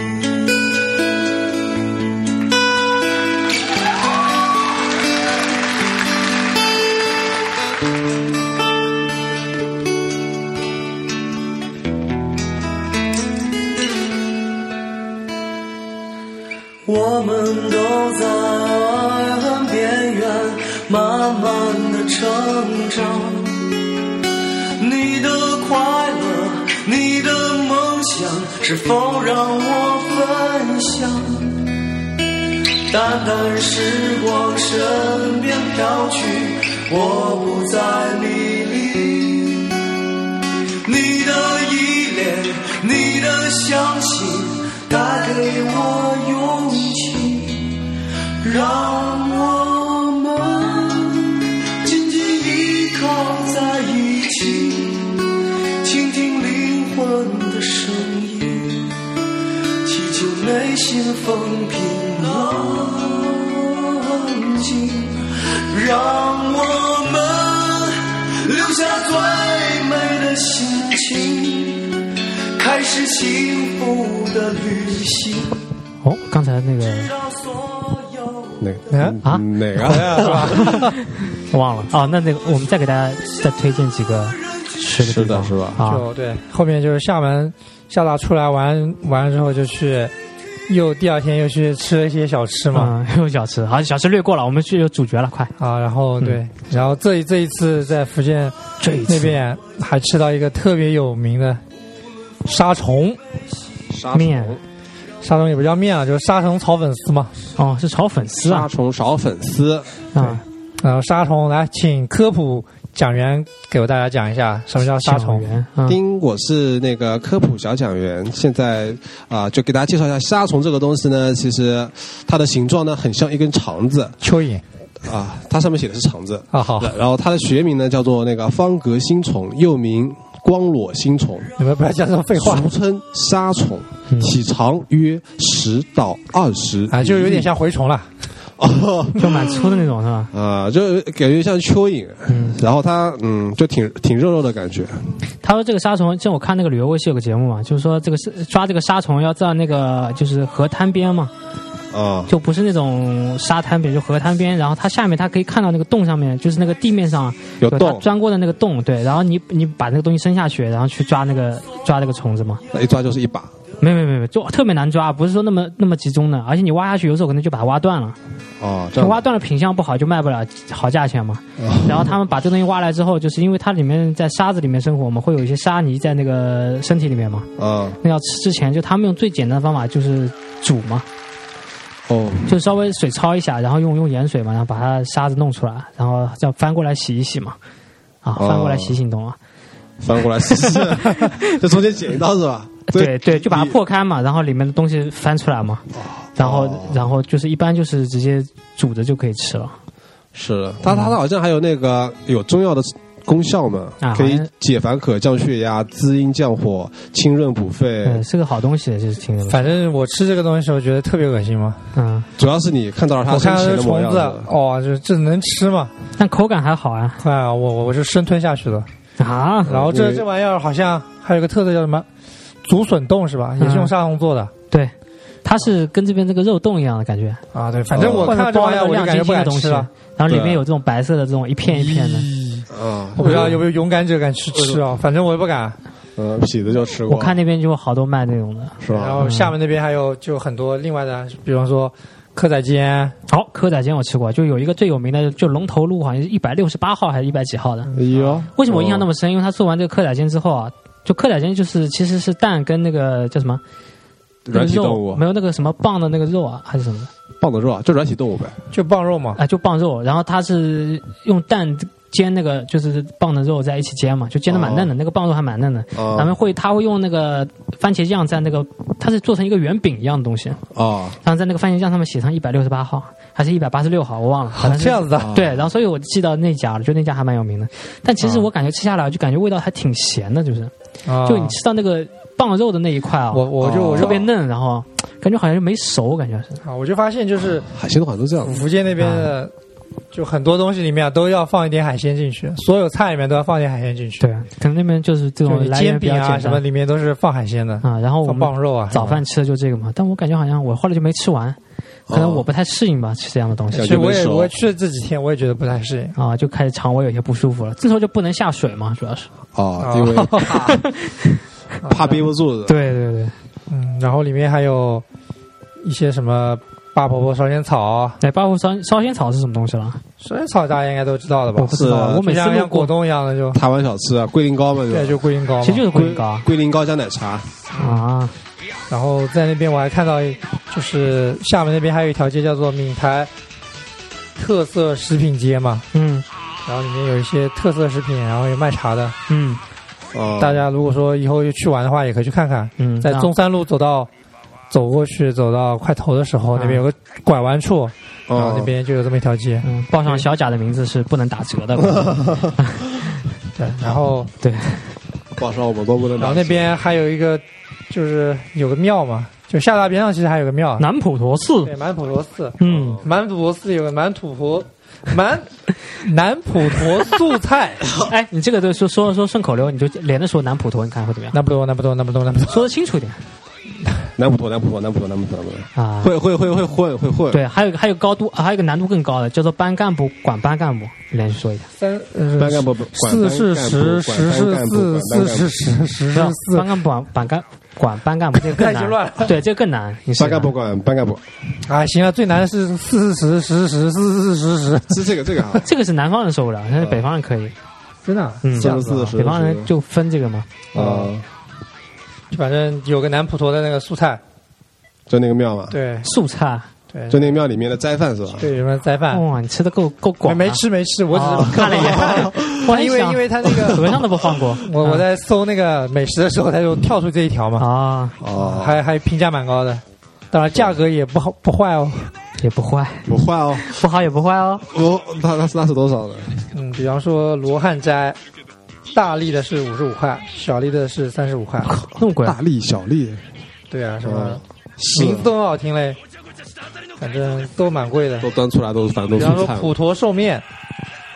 我们都在爱恨边缘慢慢的成长。你的快乐，你的梦想，是否让我分享？淡淡时光身边飘去，我不再迷离。你的依恋，你的相信，带给我勇气，让我们紧紧依靠在一起，倾听灵魂的声音，祈求内心风平浪静，让我们留下最美的心情，开始幸福的旅行。哦，刚才那个让所有哪哎个啊嗯哪个？忘了哦，那那个我们再给大家再推荐几个吃的地方吃的是吧啊，就对，后面就是厦门厦大出来玩玩了之后就去，又第二天又去吃了一些小吃嘛。嗯， 又有小吃，好，小吃略过了，我们去有主角了，快。啊，然后对，然后这一这一次在福建这嗯一次那边还吃到一个特别有名的沙虫，沙面虫沙虫也不叫面啊，就是沙虫炒粉丝嘛。哦，是炒粉丝沙啊虫炒粉丝，啊，然后沙呃虫来，请科普讲员给我大家讲一下什么叫沙虫小。圆啊，丁，我是那个科普小讲员，现在啊、就给大家介绍一下沙虫这个东西呢。其实它的形状呢，很像一根肠子蚯蚓啊，它上面写的是肠子。啊，好，然后它的学名呢叫做那个方格新虫，又名光裸新虫，你们不要讲这种废话嗯俗称沙虫，体长约十到二十 啊，就有点像蛔虫了。哦，就蛮粗的那种是吧？啊，就感觉像蚯蚓，然后它嗯，就挺挺肉肉的感觉，他说这个沙虫，像我看那个旅游卫视有个节目嘛，就是说这个是抓这个沙虫要在那个就是河滩边嘛，啊，就不是那种沙滩边，就河滩边，然后它下面它可以看到那个洞上面，就是那个地面上啊有它洞，钻过的那个洞，对，然后你你把那个东西伸下去，然后去抓那个抓那个虫子嘛，那一抓就是一把。没有没有没有，就特别难抓，不是说那么那么集中的，而且你挖下去有时候可能就把它挖断了。哦，这它样挖断了品相不好，就卖不了好价钱嘛。哦然后他们把这东西挖来之后，就是因为它里面在沙子里面生活嘛，会有一些沙泥在那个身体里面嘛。啊，那要吃之前，就他们用最简单的方法就是煮嘛，哦，就稍微水焯一下，然后用用盐水嘛，然后把它沙子弄出来，然后再翻过来洗一洗嘛。啊，哦翻过来洗洗，你懂吗？ 翻过来试试，这中间剪一刀是吧？所以对对，就把它你破开嘛，然后里面的东西翻出来嘛，哦然后然后就是一般就是直接煮着就可以吃了是，它它它好像还有那个有中药的功效嘛，啊好可以像解烦渴、降血压、滋阴降火、清润补肺。嗯对，嗯是个好东西，就是听着吧。反正我吃这个东西的时候觉得特别恶心嘛，嗯，主要是你看到了它我生看到前这的模虫样子是吧，哦，这这能吃吗？但口感还好啊啊，我我我就生吞下去了。啊！然后这对这玩意儿好像还有个特色叫什么竹笋冻是吧？嗯也是用沙红做的对，它是跟这边这个肉冻一样的感觉，啊。对，反正我外看到面这包玩意那儿个我就亮感晶觉不晶的敢东吃西，了。啊然后里对面有这种白色的这种一片一片的。咦啊，我不知道有没有勇敢者敢去吃啊，反正我也不敢。嗯，痞子就吃过，我看那边就有好多卖那种的，是嗯然吧？后厦门那边还有就很多另外的，比方说蚵仔煎，好、哦，蚵仔煎我吃过，就有一个最有名的，就龙头路，好像是一百六十八号还是一百几号的。哎呦，为什么我印象那么么深？因为他做完这个蚵仔煎之后啊，就蚵仔煎就是其实是蛋跟那个叫什么软体那个动肉，物啊没有那个什么棒的那个肉啊，还是什么的棒子肉就软体动物呗？就棒肉嘛。啊，就棒肉。然后它是用蛋煎那个就是棒的肉在一起煎嘛，就煎的蛮嫩的，那个棒肉还蛮嫩的。啊咱们会他会用那个番茄酱在那个，它是做成一个圆饼一样的东西，啊，然后在那个番茄酱上面写上一百六十八号还是一百八十六号，我忘了，反正是这样子的，对，然后所以我记到那家了，就那家还蛮有名的。但其实啊我感觉吃下来就感觉味道还挺咸的，就是啊就你吃到那个棒肉的那一块啊，我我就我特就别嫩，然 后感觉好像就没熟，感觉是。啊，我就发现就是海鲜的话都这样嗯子福建那边的，就很多东西里面啊都要放一点海鲜进去，所有菜里面都要放一点海鲜进去。对，啊可能那边就是这就种你来煎源比饼较啊简什么单里面都是放海鲜的，啊。然后我放们棒肉啊。早饭吃的就这个嘛，但我感觉好像我后来就没吃完，可能哦我不太适应吧，吃这样的东西 什感么觉的，其实我也没熟我也去了这几天，我也觉得不太 适应。啊，就开始肠胃有些不舒服了。这时候就不能下水嘛，主要是。啊，因为 怕憋不住的。对对对，啊嗯，然后里面还有一些什么八婆婆烧仙草，啊哎，包括烧烧仙草是什么东西了？烧仙草大家应该都知道的吧我？不知是道，啊我每次就像路像果过，冻一样的就，台湾小吃啊，龟苓膏嘛，对，对吧？就龟苓膏其实就嘛。是龟苓膏龟苓膏加奶茶，啊。然后在那边我还看到，就是厦门那边还有一条街叫做闽台特色食品街嘛，嗯然后里面有一些特色食品，然后有卖茶的。嗯啊，大家如果说以后去玩的话，也可以去看看。嗯，在那中山路走到走过去走到快头的时候，啊哦那边有个拐弯处，然啊后那边就有这么一条街。嗯，报上小贾的名字是不能打折的。 嗯对，然后对，报上我们都不能然后打那边还有一个就是有个庙嘛，就厦大边上其实还有个庙，南普陀寺，对，满普陀寺，嗯，满普陀寺有个满土婆满南普陀素 菜，哎，你这个都说说说顺口溜，你就连着说南普陀，你看会怎么样？南普陀南普陀南普陀南普陀，说的清楚一点南普陀，南普陀，南普陀，南普陀，南普陀，啊。会会会会混会混。对，还有一个还有高度，还有一个难度更高的，叫做班干部管班干部，你连续说一下。三班干呃部不四是十十是四四是十十是班四，干部管班干管班干部，这个更太难。乱了对，这个更难。你试一下班干部管班干部啊行啊，最难的是四十十十四四十十，是这个这个啊，这个是南方人受不了，但是北方人可哦以。真的啊嗯这样四子啊四十北方人就分这个嘛。啊，反正有个南普陀的那个素菜，就那个庙嘛，对素菜，对就那个庙里面的斋饭是吧？对，什么斋饭。哇，你吃的够够哦广啊。没吃没吃，我只哦是，看了一眼 我还因为想因为他那 个和尚都不放过。 我我啊在搜那个美食的时候，它就跳出这一条嘛，啊，哦，还还评价蛮高的，当然价格也不好不坏哦。也不坏，不坏哦，不好也不坏哦。我那那是那是多少呢？嗯，比方说罗汉斋，大力的是五十五块，小力的是三十五块。那么贵啊大力小力，对啊，什哦么是名字都很好听嘞，反正都蛮贵的都。端出来都是反正比都方是说菜嘛普陀寿面，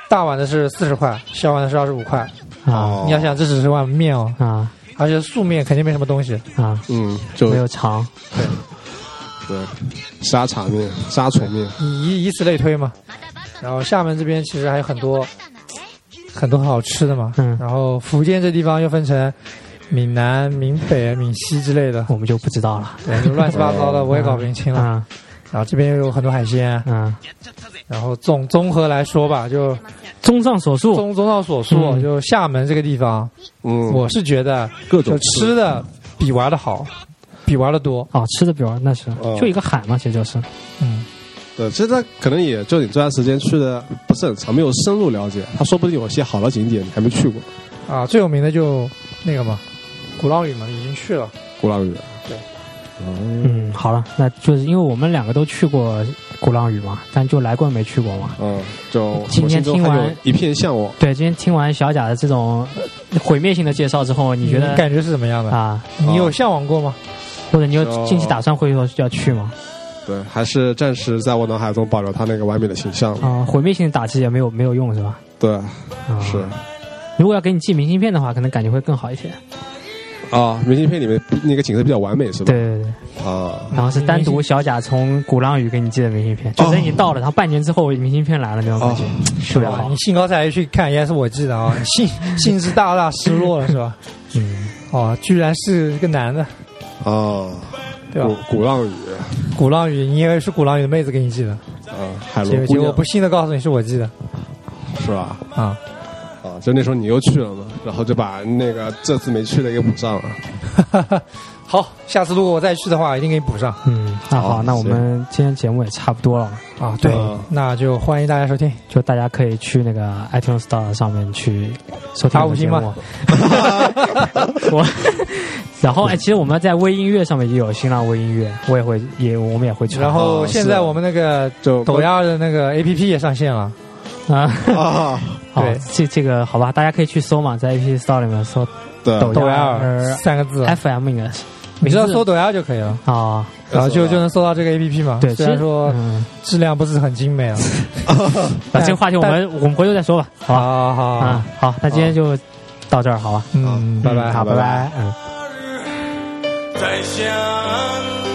大碗的是四十块，小碗的是二十五块。啊哦你要想，这只是碗面哦，啊而且素面肯定没什么东西。啊！嗯，就没有肠，对沙茶面、沙虫面，以以以此类推嘛。然后厦门这边其实还有很多很多好吃的嘛。嗯然后福建这地方又分成闽南、闽北、闽西之类的，我们就不知道了。对，就乱七八糟嗯的，我也搞不清清了。啊然后这边又有很多海鲜，啊！然后综综合来说吧，就综上所述，综综上所述，嗯就厦门这个地方，嗯，我是觉得各就种吃的比玩的好，比玩的多。哦，吃的比较那是哦就一个海嘛，其实就是嗯，对，其实他可能也就你这段时间去的不是很长，没有深入了解，他说不定有些好的景点你还没去过。啊，最有名的就那个嘛，鼓浪屿嘛，已经去了。鼓浪屿。对。哦。嗯，好了，那就是因为我们两个都去过鼓浪屿嘛，但就来过没去过嘛。嗯，就今天我心中听完还有一片向往。对，今天听完小贾的这种呃毁灭性的介绍之后，你觉得感觉是怎么样的？啊，你有向往过吗？或者你有哦就近期打算会说要去吗？对，还是暂时在我脑海中保留他那个完美的形象。啊，毁灭性的打击也没有没有用是吧？对，啊，是。如果要给你寄明信片的话，可能感觉会更好一些。啊，明信片里面那个景色比较完美是吧？对对对，啊，嗯然后是单独小贾从鼓浪屿给你寄的明信哦片，就等你到了，然后半年之后明信片来了那种感觉，特啊别哇好哦你。兴高采烈去看，原来是我记得啊， 兴兴致大大失落了是吧？嗯，哦，居然是个男的，啊，对吧鼓？鼓浪屿鼓浪屿，你以为是鼓浪屿的妹子给你寄的，啊，海结螺果姑结果娘不幸的告诉你是我寄的是吧？啊！ 啊，就那时候你又去了嘛，然后就把那个这次没去的给补上了。好，下次如果我再去的话，一定给你补上嗯，那好，好那我们今天节目也差不多了，啊！对嗯，那就欢迎大家收听。就大家可以去那个 iTunes Store 上面去收听打我五们节星目吗。 我，然后哎，其实我们在微音乐上面也有新浪微音乐，我也会也我们也会去。然后哦现是在啊我们那个就抖鸭的那个 APP 也上线了，啊，啊，好对，这这个好吧，大家可以去搜嘛，在 App Store 里面搜对，抖抖鸭鸭儿儿三个字， FM 应该是，你知道哎名字搜抖鸭就可以了，啊，然后就搜就到能搜到这个 APP 嘛。对，其虽实然说嗯，质量不是很精美啊。把这个话题我们我们回头再说吧，好吧？好好啊好，，好，那今天就到这儿，好吧？嗯，拜嗯拜。好，拜拜拜拜，嗯。在想你。